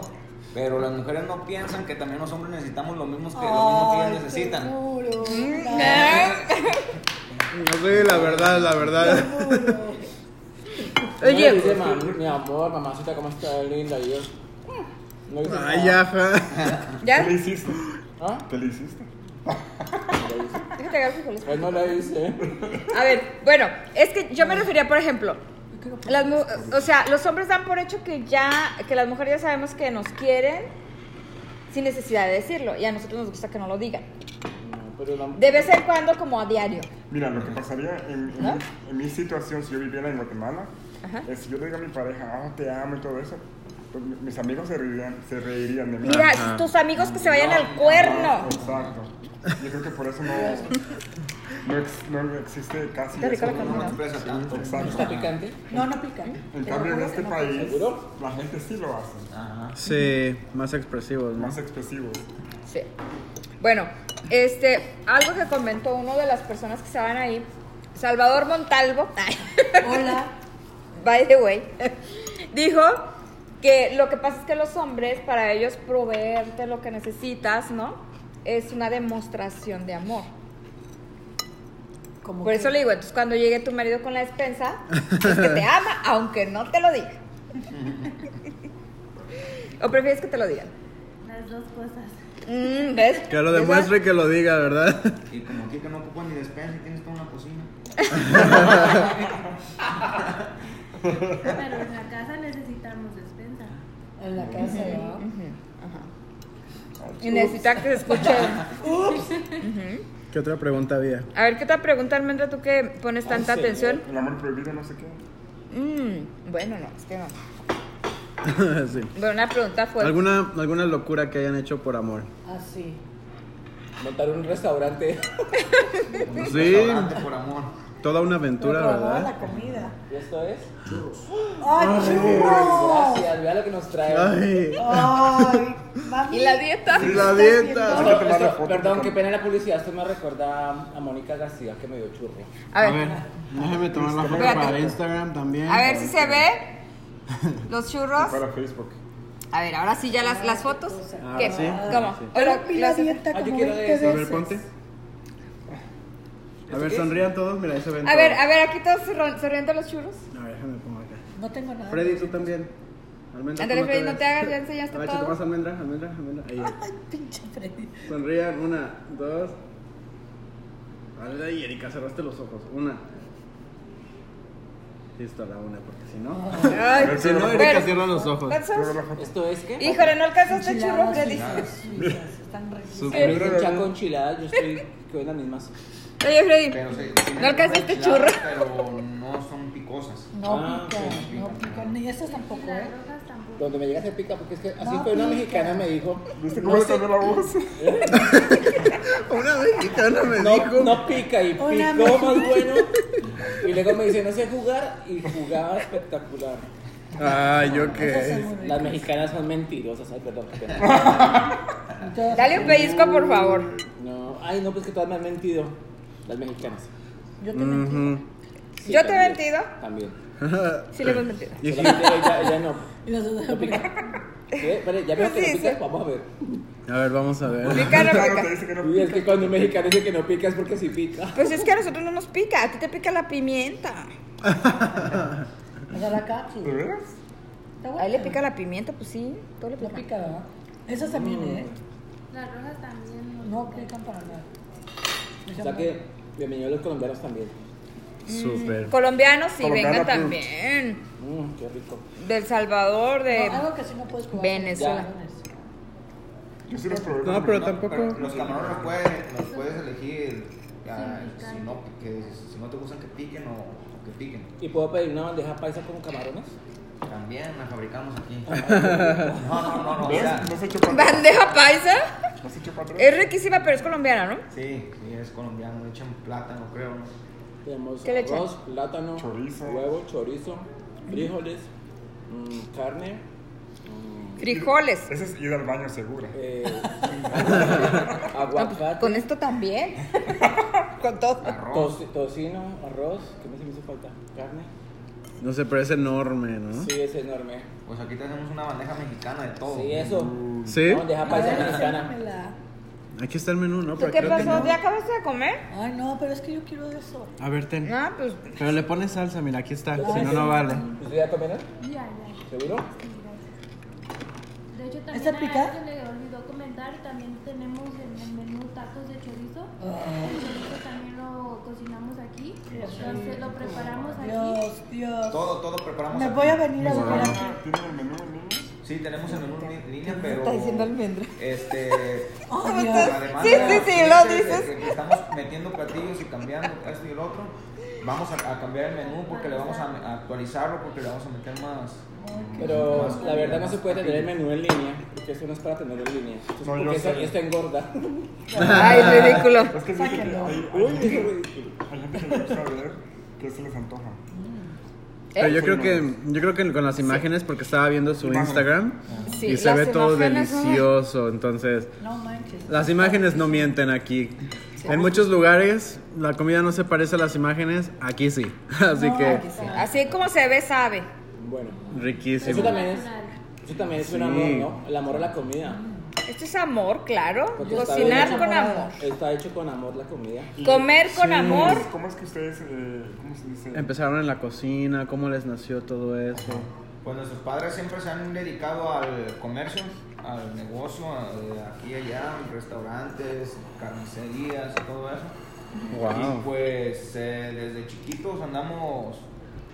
S4: pero las mujeres no piensan que también los hombres necesitamos lo mismo que, lo mismo que
S10: Ay,
S4: ellas necesitan.
S10: seguro.
S1: ¿Mm?
S2: no sé, la verdad, la verdad.
S10: Seguro.
S1: Oye.
S8: Me dice, "Mami, mi amor, mamacita, ¿cómo estás? Linda, y yo. No dice
S2: Ay,
S8: nada.
S2: ya, fa.
S5: ¿Te
S1: ¿Ya?
S5: lo hiciste?
S8: ¿Ah?
S5: ¿Te lo hiciste?
S8: Lo hice.
S1: Déjate agarrar frijoles.
S8: Pues no la hice.
S1: A ver, bueno, es que yo me refería, por ejemplo, las mu- o sea, los hombres dan por hecho que ya, que las mujeres ya sabemos que nos quieren sin necesidad de decirlo y a nosotros nos gusta que no lo digan.
S8: No, pero la-
S1: De vez en cuando, como a diario.
S5: Mira, lo que pasaría en, en
S1: ¿No?
S5: mi, en mi situación, si yo viviera en Guatemala,
S1: Ajá.
S5: es si yo le digo a mi pareja, ah, te amo y todo eso, pues mi- mis amigos se reirían, se reirían de mí.
S1: Mira,
S2: Ajá.
S1: tus amigos que se vayan al cuerno.
S5: Ah, Exacto. Yo creo que por eso no, no, ex- no existe casi.
S1: Está rica
S5: eso,
S1: la
S5: ¿no?
S4: No expresa tanto.
S5: Exacto.
S8: picante?
S10: No, no pica. ¿eh?
S5: En cambio, en este país,
S8: ¿Seguro?
S5: la gente sí lo hace.
S4: Ajá.
S2: Sí, más expresivos, ¿no?
S5: Más expresivos.
S1: Sí. Bueno, este, algo que comentó uno de las personas que estaban ahí, Salvador Montalvo.
S10: Hola.
S1: by the way, dijo que lo que pasa es que los hombres, para ellos proveerte lo que necesitas, ¿no? Es una demostración de amor.
S10: Como
S1: Por
S10: que-
S1: eso le digo, entonces cuando llegue tu marido con la despensa, es que te ama, aunque no te lo diga. ¿O prefieres que te lo digan?
S7: Las dos cosas.
S1: Mm, ¿Ves?
S2: Que lo
S1: ¿Ves,
S2: demuestre y que lo diga, ¿verdad?
S4: Y como aquí que no ocupan ni despensa y tienes toda una cocina.
S7: Pero en la casa necesitamos despensa.
S10: En la casa,
S1: verdad?
S10: ¿no?
S1: Ujú, ajá. Y necesita que se escuche.
S2: ¿Qué otra pregunta había?
S1: A ver, ¿qué te pregunta, Almendra, tú que pones tanta
S8: señor.
S1: atención?
S5: El amor prohibido, no sé qué.
S1: Mm, bueno, no, es que no.
S2: sí.
S1: Bueno, una pregunta fue...
S2: ¿Alguna, ¿Alguna locura que hayan hecho por amor?
S10: Así.
S8: Montar un restaurante.
S4: Un
S2: Sí.
S4: restaurante por amor.
S2: Toda una aventura,
S10: Pero probaba
S2: ¿verdad?
S10: la comida.
S8: ¿Y esto es?
S10: ¡Ay, churros!
S8: Gracias, vea lo que nos trae.
S2: Ay,
S10: ¡Ay! mami,
S1: ¿Y la dieta?
S2: Y la
S10: ¿estás
S2: dieta.
S10: viendo?
S5: Hay que tomarle
S8: Esto-
S5: foto,
S8: perdón,
S5: porque-
S8: qué pena la publicidad. Esto me recuerda a Mónica García que me dio churro.
S1: A ver,
S2: déjame tomar la foto
S1: Espérate.
S2: para Instagram también.
S1: a ver si se ve los churros.
S5: Para Facebook.
S1: A ver, ahora sí ya las, las fotos.
S2: Ah,
S1: ¿Qué?
S2: sí.
S1: ¿Cómo?
S2: Sí.
S1: Hola,
S10: Pero vi la
S1: las-
S10: dieta
S8: Ah, yo
S10: como
S8: quiero
S10: 20
S8: de eso.
S2: A
S10: veces.
S2: ver, ponte. A ver, sonrían todos, mira, ahí se ven
S1: A ver,
S2: todos.
S1: a ver, aquí todos sorri- sonriendo los churros.
S2: A ver, déjame pongo acá.
S10: No tengo nada.
S2: Freddy, tú también. Almendra,
S1: Ándale,
S2: ¿cómo
S1: Freddy, no
S2: ves?
S1: te hagas, ya enseñaste
S2: A ver,
S1: todo.
S2: si tomas almendra, almendra, almendra. Ahí.
S10: Ay, pinche Freddy.
S2: Sonrían, una, dos. Vale, y Erika, cerraste los ojos. Una. Listo, la una, porque si no.
S1: Ay,
S2: Si no, Erika
S1: Bueno.
S2: cierra los ojos.
S1: ¿cuántos
S5: Luego la
S1: son?
S5: foto.
S8: ¿Esto es qué?
S1: Híjole, no alcanzaste el churro,
S10: Enchiladas,
S1: Freddy. Ah,
S10: suizas, Están riquísimas.
S8: Me dicen chaco enchiladas, yo estoy que en las mismas.
S1: Oye, Freddy,
S4: Pero sí, tienen
S1: No alcanzaste
S4: enchiladas,
S1: churro.
S4: Pero no son picosas.
S10: No
S8: Ah,
S10: pican,
S8: sí,
S10: no pican. Ni esas
S7: Y
S10: tampoco,
S7: las
S10: ¿eh?
S7: rojas tampoco.
S8: Donde me llega se pica, porque es que así
S10: No
S8: fue una
S10: pica.
S8: mexicana me dijo.
S5: ¿Viste
S8: no
S5: cómo le
S8: sé-
S5: cambió la voz?
S2: Una mexicana me
S8: No,
S2: dijo.
S8: no pica y picó
S10: Una
S8: más
S10: mexicana.
S8: bueno. Y luego me dice, no sé jugar, y jugaba espectacular.
S2: Ay, yo
S10: Esas
S2: qué.
S10: son muy
S8: Las
S10: ricas.
S8: mexicanas son mentirosas, ay, perdón. qué pena.
S10: Todas
S1: dale un pellizco, por favor.
S8: No, ay, no, pues que todas me han mentido. Las mexicanas.
S10: Yo te
S2: Mm.
S10: mentí.
S8: Sí,
S1: ¿Yo te he
S8: también.
S1: mentido?
S8: También.
S1: Sí, le hemos mentido.
S2: Y-
S8: Solamente ella, ella no.
S10: Y las otras
S8: No pica. ¿Eh? Espere, ya veo que
S1: Sí,
S8: no pica,
S1: sí.
S8: vamos a ver.
S2: A ver, vamos a ver.
S1: Pica, no
S5: Claro, te
S1: pica.
S5: dice que no
S8: Uy, es
S5: pica.
S8: que cuando un mexicano dice que no pica es porque sí pica.
S1: Pues es que a nosotros no nos pica, a ti te pica la pimienta.
S10: O sea, la
S5: ¿De
S10: cápsula.
S5: veras?
S10: Está
S1: A
S10: buena.
S1: él le pica la pimienta, pues sí, todo le
S10: No
S1: pica.
S10: pica, ¿verdad? Esas también, ¿eh?
S7: Las rojas también
S10: No pican para nada.
S8: O sea que Bienvenidos los colombianos también.
S2: Súper.
S1: Colombianos, sí,
S8: Colombiano
S1: venga
S2: pues.
S8: approved.
S1: también.
S8: Mmm, qué rico.
S1: Del Salvador, de
S10: No, Eh, algo que sí no puedes probar.
S1: Venezuela.
S5: Yo sí los probé.
S2: No,
S5: con
S2: pero
S5: mi-
S2: tampoco-
S4: Pero los camarones los puedes, los puedes elegir ah, si, no, que, si no te gustan que piquen o, o que piquen.
S8: ¿Y puedo pedir una bandeja paisa con camarones?
S4: También la fabricamos aquí. No, no, no, no. o
S5: ¿Ves?
S4: sea,
S5: No se echó para atrás.
S1: bandeja paisa.
S5: No se echó para atrás.
S1: Es riquísima, pero es colombiana, ¿no?
S4: sí, sí, es colombiano, le echan plátano, creo. ¿no?
S8: Tenemos
S1: ¿Qué le echan?
S8: arroz, plátano,
S5: Chorizo.
S8: huevo, chorizo, frijoles, mm, carne, mm,
S1: Frijoles.
S5: Ese es ir al baño segura.
S8: eh,
S1: Ah, pues, Con
S8: aguacate,
S1: esto también. Con todo.
S4: Arroz.
S8: toci- tocino, arroz, ¿qué más se me hizo falta? Carne.
S2: No sé, pero es enorme, ¿no?
S8: Sí, es enorme.
S4: Pues aquí tenemos una bandeja mexicana de todo.
S8: Sí, eso.
S2: ¿Sí?
S8: Una bandeja paisa
S1: Ah,
S8: mexicana.
S2: Aquí está el menú, ¿no?
S1: ¿Tú
S2: Pero
S1: qué
S2: creo que
S1: pasó?
S2: no.
S1: ¿Ya acabaste de comer?
S10: Ay, no, pero es que yo quiero eso.
S2: A ver, ten.
S1: No, pues.
S2: Pero le pones salsa, mira, aquí está.
S8: Ay,
S2: Si no,
S8: sí.
S2: no vale.
S1: ¿Eh?
S8: ¿Usted ya comerá?
S7: Ya, ya.
S8: ¿Seguro?
S7: Sí, gracias. De hecho,
S10: ¿Esta
S7: también
S10: pica?
S7: a se le olvidó comentar, también tenemos en el menú tacos de chorizo. El chorizo también lo cocinamos aquí, entonces lo preparamos aquí.
S10: Dios, Dios.
S4: Todo, todo preparamos.
S10: Me
S4: aquí.
S10: voy a venir a buscar aquí.
S5: ¿Tienen el menú en línea?
S4: Sí, tenemos el menú en línea, pero.
S1: Está diciendo almendra.
S4: Este.
S3: Oh,
S1: ¿me
S10: Dios.
S1: estás-
S4: además
S1: Sí,
S4: de los
S1: sí, sí,
S4: clientes,
S1: lo
S4: de-
S1: dices.
S4: de que estamos metiendo platillos y cambiando esto y el otro. Vamos a, a cambiar el menú porque le vamos a, a actualizarlo, porque le vamos a meter más.
S8: Pero
S4: más
S8: la verdad no
S4: más
S8: se puede tener el
S4: platillos.
S8: menú en línea, porque eso no es para tener en línea. Esto es
S5: No, yo
S8: porque eso,
S5: sé.
S8: esto engorda.
S1: Ay, ridículo.
S5: Es que dice que hay,
S10: Sáquenlo.
S5: hay, gente- hay gente que le gusta ver que se les antoja.
S2: Pero yo
S5: Sí,
S2: creo
S5: no.
S2: que, yo creo que con las imágenes, porque estaba viendo su
S5: Imágenes.
S2: Instagram
S1: Ah. Sí,
S2: y se
S1: las
S2: ve todo
S1: imágenes son-
S2: delicioso, entonces.
S10: No manches.
S2: Las imágenes no mienten aquí. En muchos lugares la comida no se parece a las imágenes, aquí sí. Así
S10: No,
S2: que
S10: aquí sí.
S1: Así como se ve, sabe.
S8: Bueno, eso
S2: riquísimo.
S8: también es, eso también es un amor,
S2: Sí.
S8: ¿no? El amor a la comida.
S1: Esto es amor, claro.
S8: Porque está
S1: Cocinar
S8: bien
S1: con
S10: enamorada.
S1: amor.
S8: Está hecho con amor la comida.
S1: Comer con
S2: Sí.
S1: amor.
S5: ¿Cómo es que ustedes, eh, cómo se dice?
S2: Empezaron en la cocina, cómo les nació todo eso.
S4: Pues nuestros padres siempre se han dedicado al comercio, al negocio, a- de aquí y allá, restaurantes, carnicerías y todo eso. Y
S2: Wow.
S4: pues eh, desde chiquitos andamos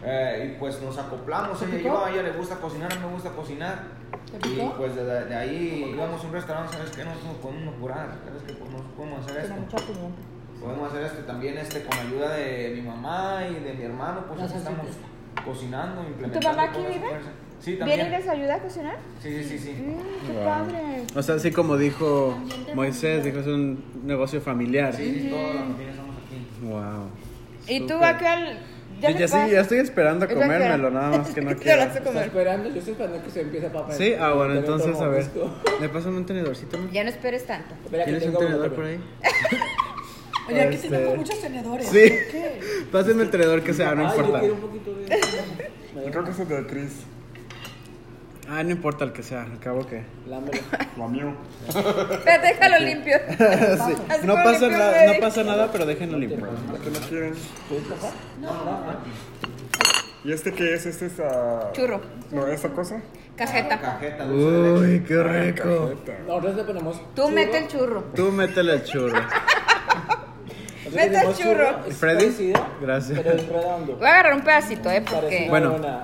S4: eh, y pues nos acoplamos. Ella y yo, a ella le gusta cocinar, a mí me gusta cocinar.
S10: ¿Te
S4: Y
S10: picó?
S4: pues de, de ahí íbamos a un restaurante, ¿sabes qué? Nos podemos curar, ¿sabes qué? Pues, Nos podemos hacer esto. Podemos hacer esto también este, con ayuda de mi mamá y de mi hermano, pues
S10: Las
S4: así estamos
S10: azules.
S4: cocinando, implementando.
S1: mamá
S4: toda
S1: aquí
S4: esa
S1: vive?
S4: fuerza. Sí,
S1: ¿Viene y
S4: también.
S1: les ayuda a cocinar?
S4: Sí, sí, sí, sí.
S1: Mm, qué padre.
S2: O sea, así como dijo Moisés, dijo es un negocio familiar.
S4: Sí, sí,
S1: Mm.
S4: todos los fines estamos aquí.
S2: Wow.
S1: ¿Y tú
S2: Súper.
S1: a qué al.?
S2: Yo ya,
S1: les
S2: sí,
S1: vas?
S2: ya estoy esperando a
S1: Estoy
S2: comérmelo,
S1: esperando.
S2: nada más que no
S1: Te lo
S2: quiero.
S1: vas a
S8: Está
S1: comer.
S8: esperando, yo estoy esperando que se empiece a papá.
S2: Sí, ah, bueno, entonces a ver.
S8: Espera
S2: ¿Le pasan un tenedorcito? mi?
S1: Ya no esperes tanto.
S8: que
S2: ¿Tienes un
S8: tengo uno
S2: tenedor por
S8: también.
S2: ahí?
S10: Oye, aquí
S2: Este-
S10: tenemos muchos tenedores.
S2: Sí.
S10: ¿Por qué?
S2: Pásenme el tenedor que sea, Ah, no
S8: Ay, Ah, yo
S2: importa.
S8: quiero un poquito de...
S5: Yo creo que es el de Cris,
S2: Ah, no importa el que sea, al cabo que.
S8: Lámelo.
S5: lo mío.
S1: Pero déjalo limpio.
S2: Sí,
S1: Así
S2: No
S1: como
S2: pasa
S1: limpio,
S2: nada,
S1: güey.
S2: no pasa nada, pero déjenlo limpio.
S5: ¿Por qué no quieren?
S8: ¿Quieres papá?
S5: ¿Y este qué es? ¿Este es ah,
S1: Churro.
S5: ¿No esta cosa?
S2: Ah,
S1: Cajeta.
S2: Uh.
S4: Cajeta, dulce de leche.
S2: Uy, qué rico.
S8: Ahora le ponemos
S1: Tú mete el churro.
S2: Tú métele el churro.
S1: Mete el churro.
S2: Freddy,
S8: Freddy.
S2: gracias.
S8: Pero es redondo.
S1: Voy a agarrar un pedacito, ¿eh?
S8: Parece
S1: Porque.
S8: una
S2: Bueno.
S8: buena-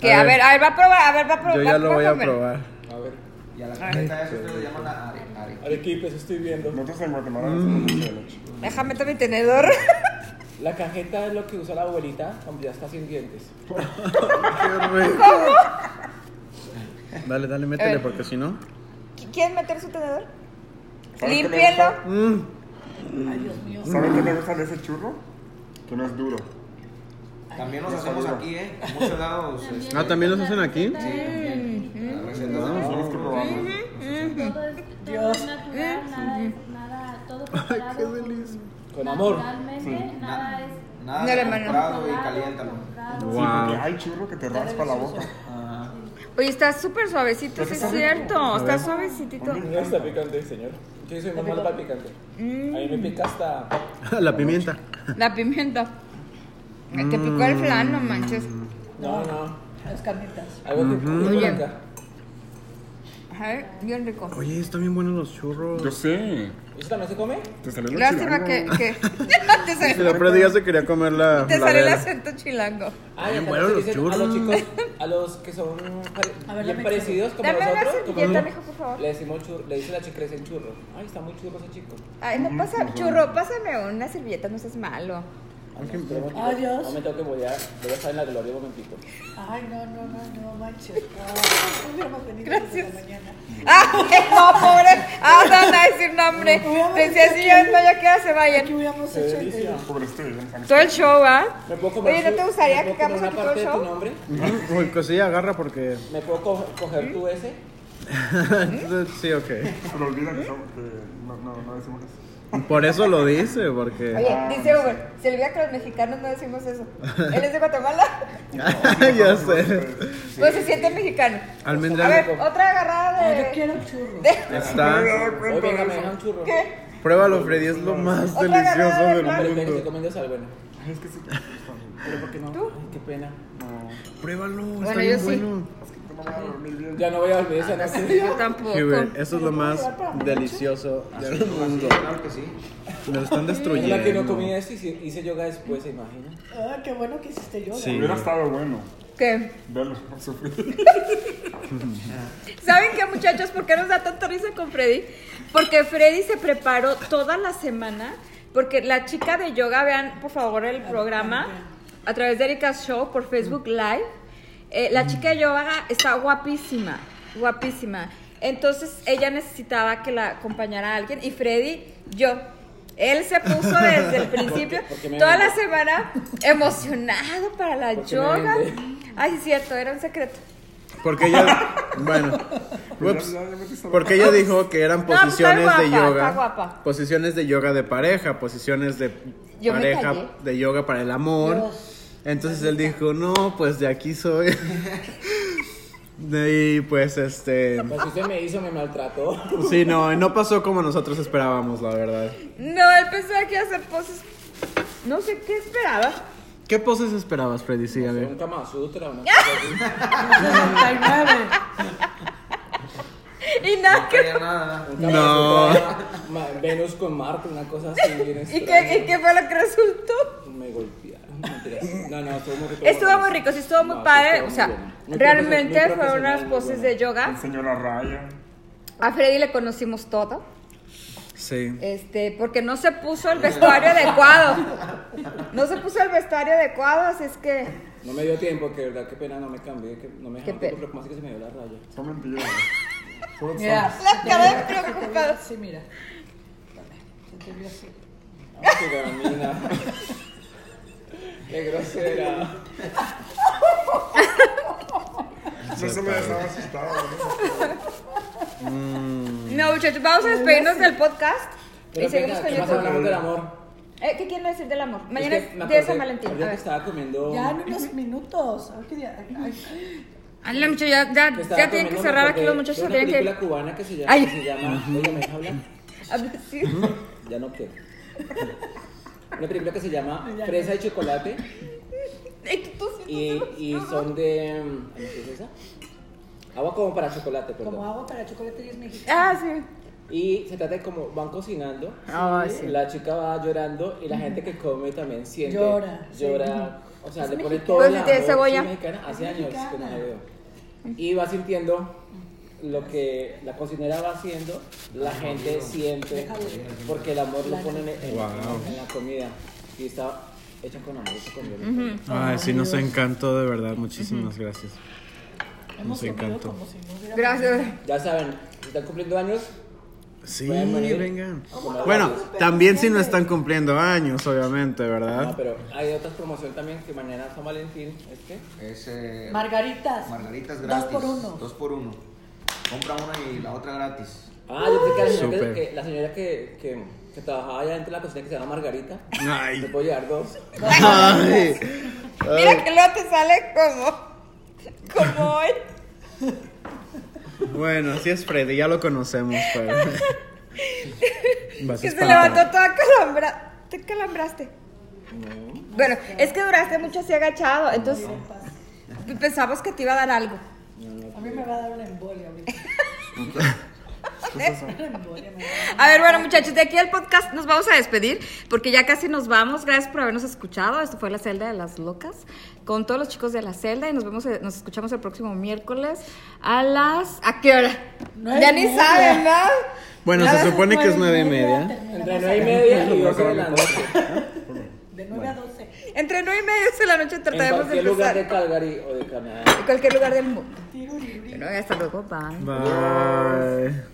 S1: que
S2: a
S1: a
S2: ver.
S1: ver, a ver, va a probar, a ver, va a probar.
S2: Yo
S1: va
S2: ya lo voy a
S1: comer.
S2: probar.
S8: A ver.
S4: Y a la cajeta eso ustedes le llaman la are, are.
S8: Arequipe, eso estoy viendo.
S5: Nosotros en Guatemala no hacemos mucho de leche.
S1: Déjame meter mi tenedor.
S8: La cajeta es lo que usa la abuelita cuando ya está sin dientes.
S2: Qué rico. Dale, dale, métele
S1: ver.
S2: porque si no.
S1: ¿Qui- ¿Quieren meter su tenedor?
S5: ¿Sabes qué me
S1: Límpienlo.
S2: Mm,
S10: Ay, Dios mío.
S5: ¿Saben qué me gusta de ese churro? Que no es duro.
S4: También nos hacemos aquí, ¿eh? Muchos lados. este,
S2: Ah, ¿también los hacen aquí?
S7: Sí, también.
S4: las recetas
S5: No,
S4: de
S5: tenemos que probarlo.
S7: Todo es, todo es natural, nada es, nada, todo preparado.
S2: qué
S7: con-
S2: delicia.
S8: Con amor.
S7: Naturalmente, nada es
S4: Nada
S1: No
S4: de
S1: le mando.
S4: comprado y
S7: comprado,
S4: caliéntalo.
S7: comprado.
S5: Sí, porque
S2: Wow.
S5: hay churro que te raspa la boca.
S1: Oye, está súper suavecito,
S5: Pero
S1: sí es
S5: sabe
S1: cierto.
S5: rico.
S1: Está suavecitito.
S8: No está picante, señor. Yo soy más malo para el picante. A mí me pica hasta.
S2: La pimienta.
S1: La pimienta. Ay, Te picó el flan, no
S2: Mm.
S1: manches.
S8: No, no.
S10: Las carnitas.
S8: Algo que
S1: Muy
S8: pica.
S1: bien.
S8: acá.
S1: Ajá, bien rico.
S2: Oye, están bien buenos los churros.
S5: Yo sé.
S8: ¿Eso también se come?
S5: Te salió lo
S1: Lástima que,
S5: chilango.
S1: que te
S2: Sí, la
S1: sale,
S2: Freddy ya se quería comer la.
S1: te
S2: la
S1: sale el
S2: vela.
S1: acento chilango.
S8: Ah,
S2: Ay,
S8: y acá
S2: bueno,
S8: nos
S2: los
S8: dicen a los
S2: churros.
S8: chicos, a los que son pare-
S10: A ver,
S8: bien
S10: dame
S8: parecidos como
S1: Dame una
S8: nosotros, como
S1: servilleta,
S8: nosotros,
S1: mijo, por favor.
S8: le decimos churro, le dice la chica, le dicen churro. Ay, está muy churro ese chico.
S1: Ay, no pasa, churro, pásame una servilleta, no seas malo.
S10: Ay, Dios.
S8: No me tengo que voy a, voy a estar en la gloria un momentito.
S10: Ay, no, no, no, no, manches. Ah, no hubiéramos venido desde la mañana.
S1: Ah, no, pobre. Ah, no, no, a decir nombre.
S10: Hubiéramos
S1: Decía
S10: hecho
S1: si yo
S10: aquí-
S1: no, ya queda, se
S10: Aquí
S1: vayan.
S10: hubiéramos hecho el- el...
S5: Pobre este, ya están-
S1: Todo el show, ¿ah?
S8: ¿Me puedo comer
S1: Oye, ¿no
S8: su-
S1: te gustaría
S8: me
S1: que
S8: puedo
S1: hagamos
S8: comer
S1: aquí
S8: una
S1: todo el
S8: parte de tu
S1: show?
S8: nombre?
S2: Uy, pues sí, agarra porque.
S8: ¿Me puedo co-
S1: ¿Mm?
S8: coger tu ese?
S2: sí, ok.
S5: Pero olvida que, son- que no, no, no decimos eso.
S2: Por eso lo dice, porque.
S1: Oye, dice Uber, se olvida que los mexicanos no decimos eso. Él es de Guatemala,
S2: ya sé.
S1: no se siente mexicano. A
S2: Almendra,
S1: ver, otra agarrada
S10: Ay,
S1: de...
S10: yo quiero churros.
S1: de-
S2: está.
S8: Oye, venga, me dejan churro.
S1: ¿Qué?
S2: Pruébalo, Freddy, es lo más
S1: Otra
S2: delicioso
S1: agarrada de
S2: del
S1: pan.
S8: Pero que
S2: mundo.
S8: estoy comiendo sal, bueno.
S5: Ay, Es que sí.
S8: Pero ¿por qué no?
S1: ¿Tú?
S8: Ay, qué pena.
S2: Pruébalo, está
S1: Bueno,
S2: bien
S1: yo sí.
S2: bueno.
S5: No me voy a dormir bien.
S8: Ya no voy a volver
S1: Ah,
S8: esa noche.
S1: Yo tampoco.
S2: Hubert, eso es lo más delicioso del mundo.
S4: Claro que sí.
S2: Nos están
S8: Una que no comí
S2: destruyendo.
S8: esto y si- hice yoga después, ¿se imagina?
S10: Ah, qué bueno que hiciste yoga.
S2: Sí.
S5: Hubiera estado bueno
S1: ¿Qué?
S5: verlo sufrir.
S1: ¿Saben qué, muchachos? ¿Por qué nos da tanta risa con Freddy? Porque Freddy se preparó toda la semana. Porque la chica de yoga, vean por favor el programa a través de Erika's Show por Facebook Live. Eh, la chica de yoga está guapísima, guapísima. Entonces ella necesitaba que la acompañara alguien y Freddy, yo. Él se puso desde el principio,
S8: por qué me
S1: toda la
S8: vendes?
S1: semana, emocionado para la
S8: ¿Por qué me
S1: yoga.
S8: vendes?
S1: Ay, sí, cierto, era un secreto.
S2: Porque ella. Bueno.
S5: Pues
S2: Ups.
S5: ya- ya- ya metiste la-
S2: Porque ella dijo que eran
S1: No, pues, está
S2: posiciones de
S1: guapa,
S2: yoga.
S1: está guapa.
S2: Posiciones de yoga de pareja, posiciones de
S1: Yo me
S2: pareja
S1: callé.
S2: de yoga para el amor. Entonces él dijo, no, pues de aquí soy. y pues este...
S8: Pues usted me hizo, me maltrató.
S2: Sí, no, no pasó como nosotros esperábamos, la verdad.
S1: No, él pensaba que iba a hacer poses. No sé qué esperaba.
S2: ¿Qué poses esperabas, Freddy? Sí, a
S8: Un
S2: ver.
S8: Kama Sutra, una cosa así.
S10: 69.
S1: Y nada que.
S4: Ya nada.
S8: Un Kama
S2: No.
S8: Sutra, ma- Venus con Marte, una cosa así. bien
S1: ¿Y
S8: extraña.
S1: qué, y qué fue lo que resultó?
S8: Me golpearon. mentiras. No, no, estuvo muy rico.
S1: Estuvo muy rico, sí, estuvo muy
S8: No, sí,
S1: padre.
S8: estuvo
S1: O
S8: muy
S1: sea,
S8: bueno. Muy
S1: realmente
S8: profesional, muy
S1: fueron unas
S8: profesional,
S1: poses
S8: muy
S1: de yoga.
S5: Enseñó la raya.
S1: A Freddy le conocimos todo.
S2: Sí.
S1: Este, porque no se puso el vestuario adecuado. No se puso el vestuario adecuado, así es que.
S8: bueno. No me dio tiempo, que de verdad, qué pena, no me cambié, que no me
S1: Qué pena.
S8: dejaron tiempo, pero como así que se me dio la raya.
S5: Son mentiras. Son-
S10: Mira.
S1: La cara de
S10: Te veo
S1: preocupada.
S10: así, mira. Dame, se te vio así.
S8: Ah, qué gamina. Qué grosera.
S5: No se me dejaba asustado. ¿no?
S1: No, muchachos, vamos a despedirnos del podcast.
S8: Pero
S1: y seguimos
S8: venga,
S1: con
S8: ¿qué más
S1: YouTube.
S8: hablamos del amor?
S1: Eh, ¿Qué quieren decir del amor? Mañana
S8: Es que
S1: es día
S8: me
S1: de San
S8: acordé-
S1: Valentín.
S8: ahorita
S1: A
S8: que
S1: ver.
S8: estaba comiendo...
S10: Ya en unos minutos. A ver qué día. ay, ay.
S1: Ándale, muchachos, ya, ya,
S8: que
S1: ya
S8: estaba
S1: tienen que
S8: comiendo
S1: cerrar
S8: me
S1: aquí los
S8: acordé
S1: muchachos.
S8: de Una
S1: tienen que...
S8: película cubana que se llama...
S1: Ay.
S8: Que se llama... Oiga, ¿me deja hablar?
S1: A ver, sí.
S8: Ya no quiero. Una película que se llama Fresa y Chocolate
S1: Ay, tú sí, tú
S8: y,
S1: sí Ah, lo-
S8: y son de... mm, ¿Qué es esa? Agua como para chocolate, perdón.
S10: Como agua para chocolate y es mexicano.
S1: Ah, sí.
S8: Y se trata de como van cocinando.
S1: Ah, sí.
S8: La chica va llorando y la gente que come también siente.
S10: Llora, sí.
S8: Llora. O sea,
S10: Es
S8: le pone
S10: mexicana.
S8: todo.
S1: Pues
S8: el
S1: si tiene
S8: amor.
S1: cebolla.
S8: Sí, mexicana. Hace
S10: Es
S8: años que no
S10: mexicana.
S8: la veo. Y va sintiendo lo que la cocinera va haciendo, la gente siente. Porque el amor lo ponen en, en-
S2: Wow.
S8: en la comida. Y está hecha con amor, hecha con amor.
S2: Ay, sí, nos encantó, de verdad. Muchísimas gracias.
S10: Hemos
S2: nos
S10: comido
S2: encantó.
S10: como si no hubiera.
S1: Gracias.
S8: Ya saben, si están cumpliendo años.
S2: Sí,
S8: Pueden venir.
S2: vengan.
S8: Como
S2: Bueno,
S8: gratis.
S2: también si no están cumpliendo años, obviamente,
S8: No,
S2: ¿verdad?
S8: pero hay otra promoción también que mañana San Valentín. este, ¿Es que?
S4: Es, eh,
S10: Margaritas.
S4: margaritas
S10: Dos
S4: gratis.
S10: por uno.
S4: Dos por uno. Compra una y la otra gratis.
S8: Ah, yo pensé que la señora,
S2: Súper.
S8: que, que- la señora que, que, que trabajaba allá dentro de la cocina que se llama Margarita. Te
S2: Ay.
S8: puedo llevar dos.
S2: Ay.
S1: Mira que luego te sale como. Como hoy.
S2: Bueno, así es Freddy, ya lo conocemos, pues. pero. Vas
S1: Que se
S2: espantado.
S1: levantó toda calambra. Te calambraste. Bueno, es que duraste mucho así agachado. Entonces pensamos que te iba a dar algo.
S10: A mí me va a dar una embolia ahorita.
S1: A ver, bueno, muchachos, de aquí al podcast nos vamos a despedir porque ya casi nos vamos. Gracias por habernos escuchado. Esto fue La Celda de las Locas con todos los chicos de La Celda y nos vemos, eh, nos escuchamos el próximo miércoles a las. ¿A qué hora?
S10: Nueve
S1: ya
S10: y
S1: ni
S10: media.
S1: saben, ¿verdad?
S2: Bueno,
S10: A
S2: se
S10: las
S2: supone que es nueve y media.
S10: terminamos
S8: Entre 9 y media y 12 de la noche.
S10: De 9 a 12.
S1: Entre 9 y media de la noche
S8: En
S1: trataremos de
S8: cualquier lugar
S1: empezar.
S8: de Calgary o de Canadá.
S1: En cualquier lugar del mundo. Bueno, hasta luego, bye.
S2: Bye.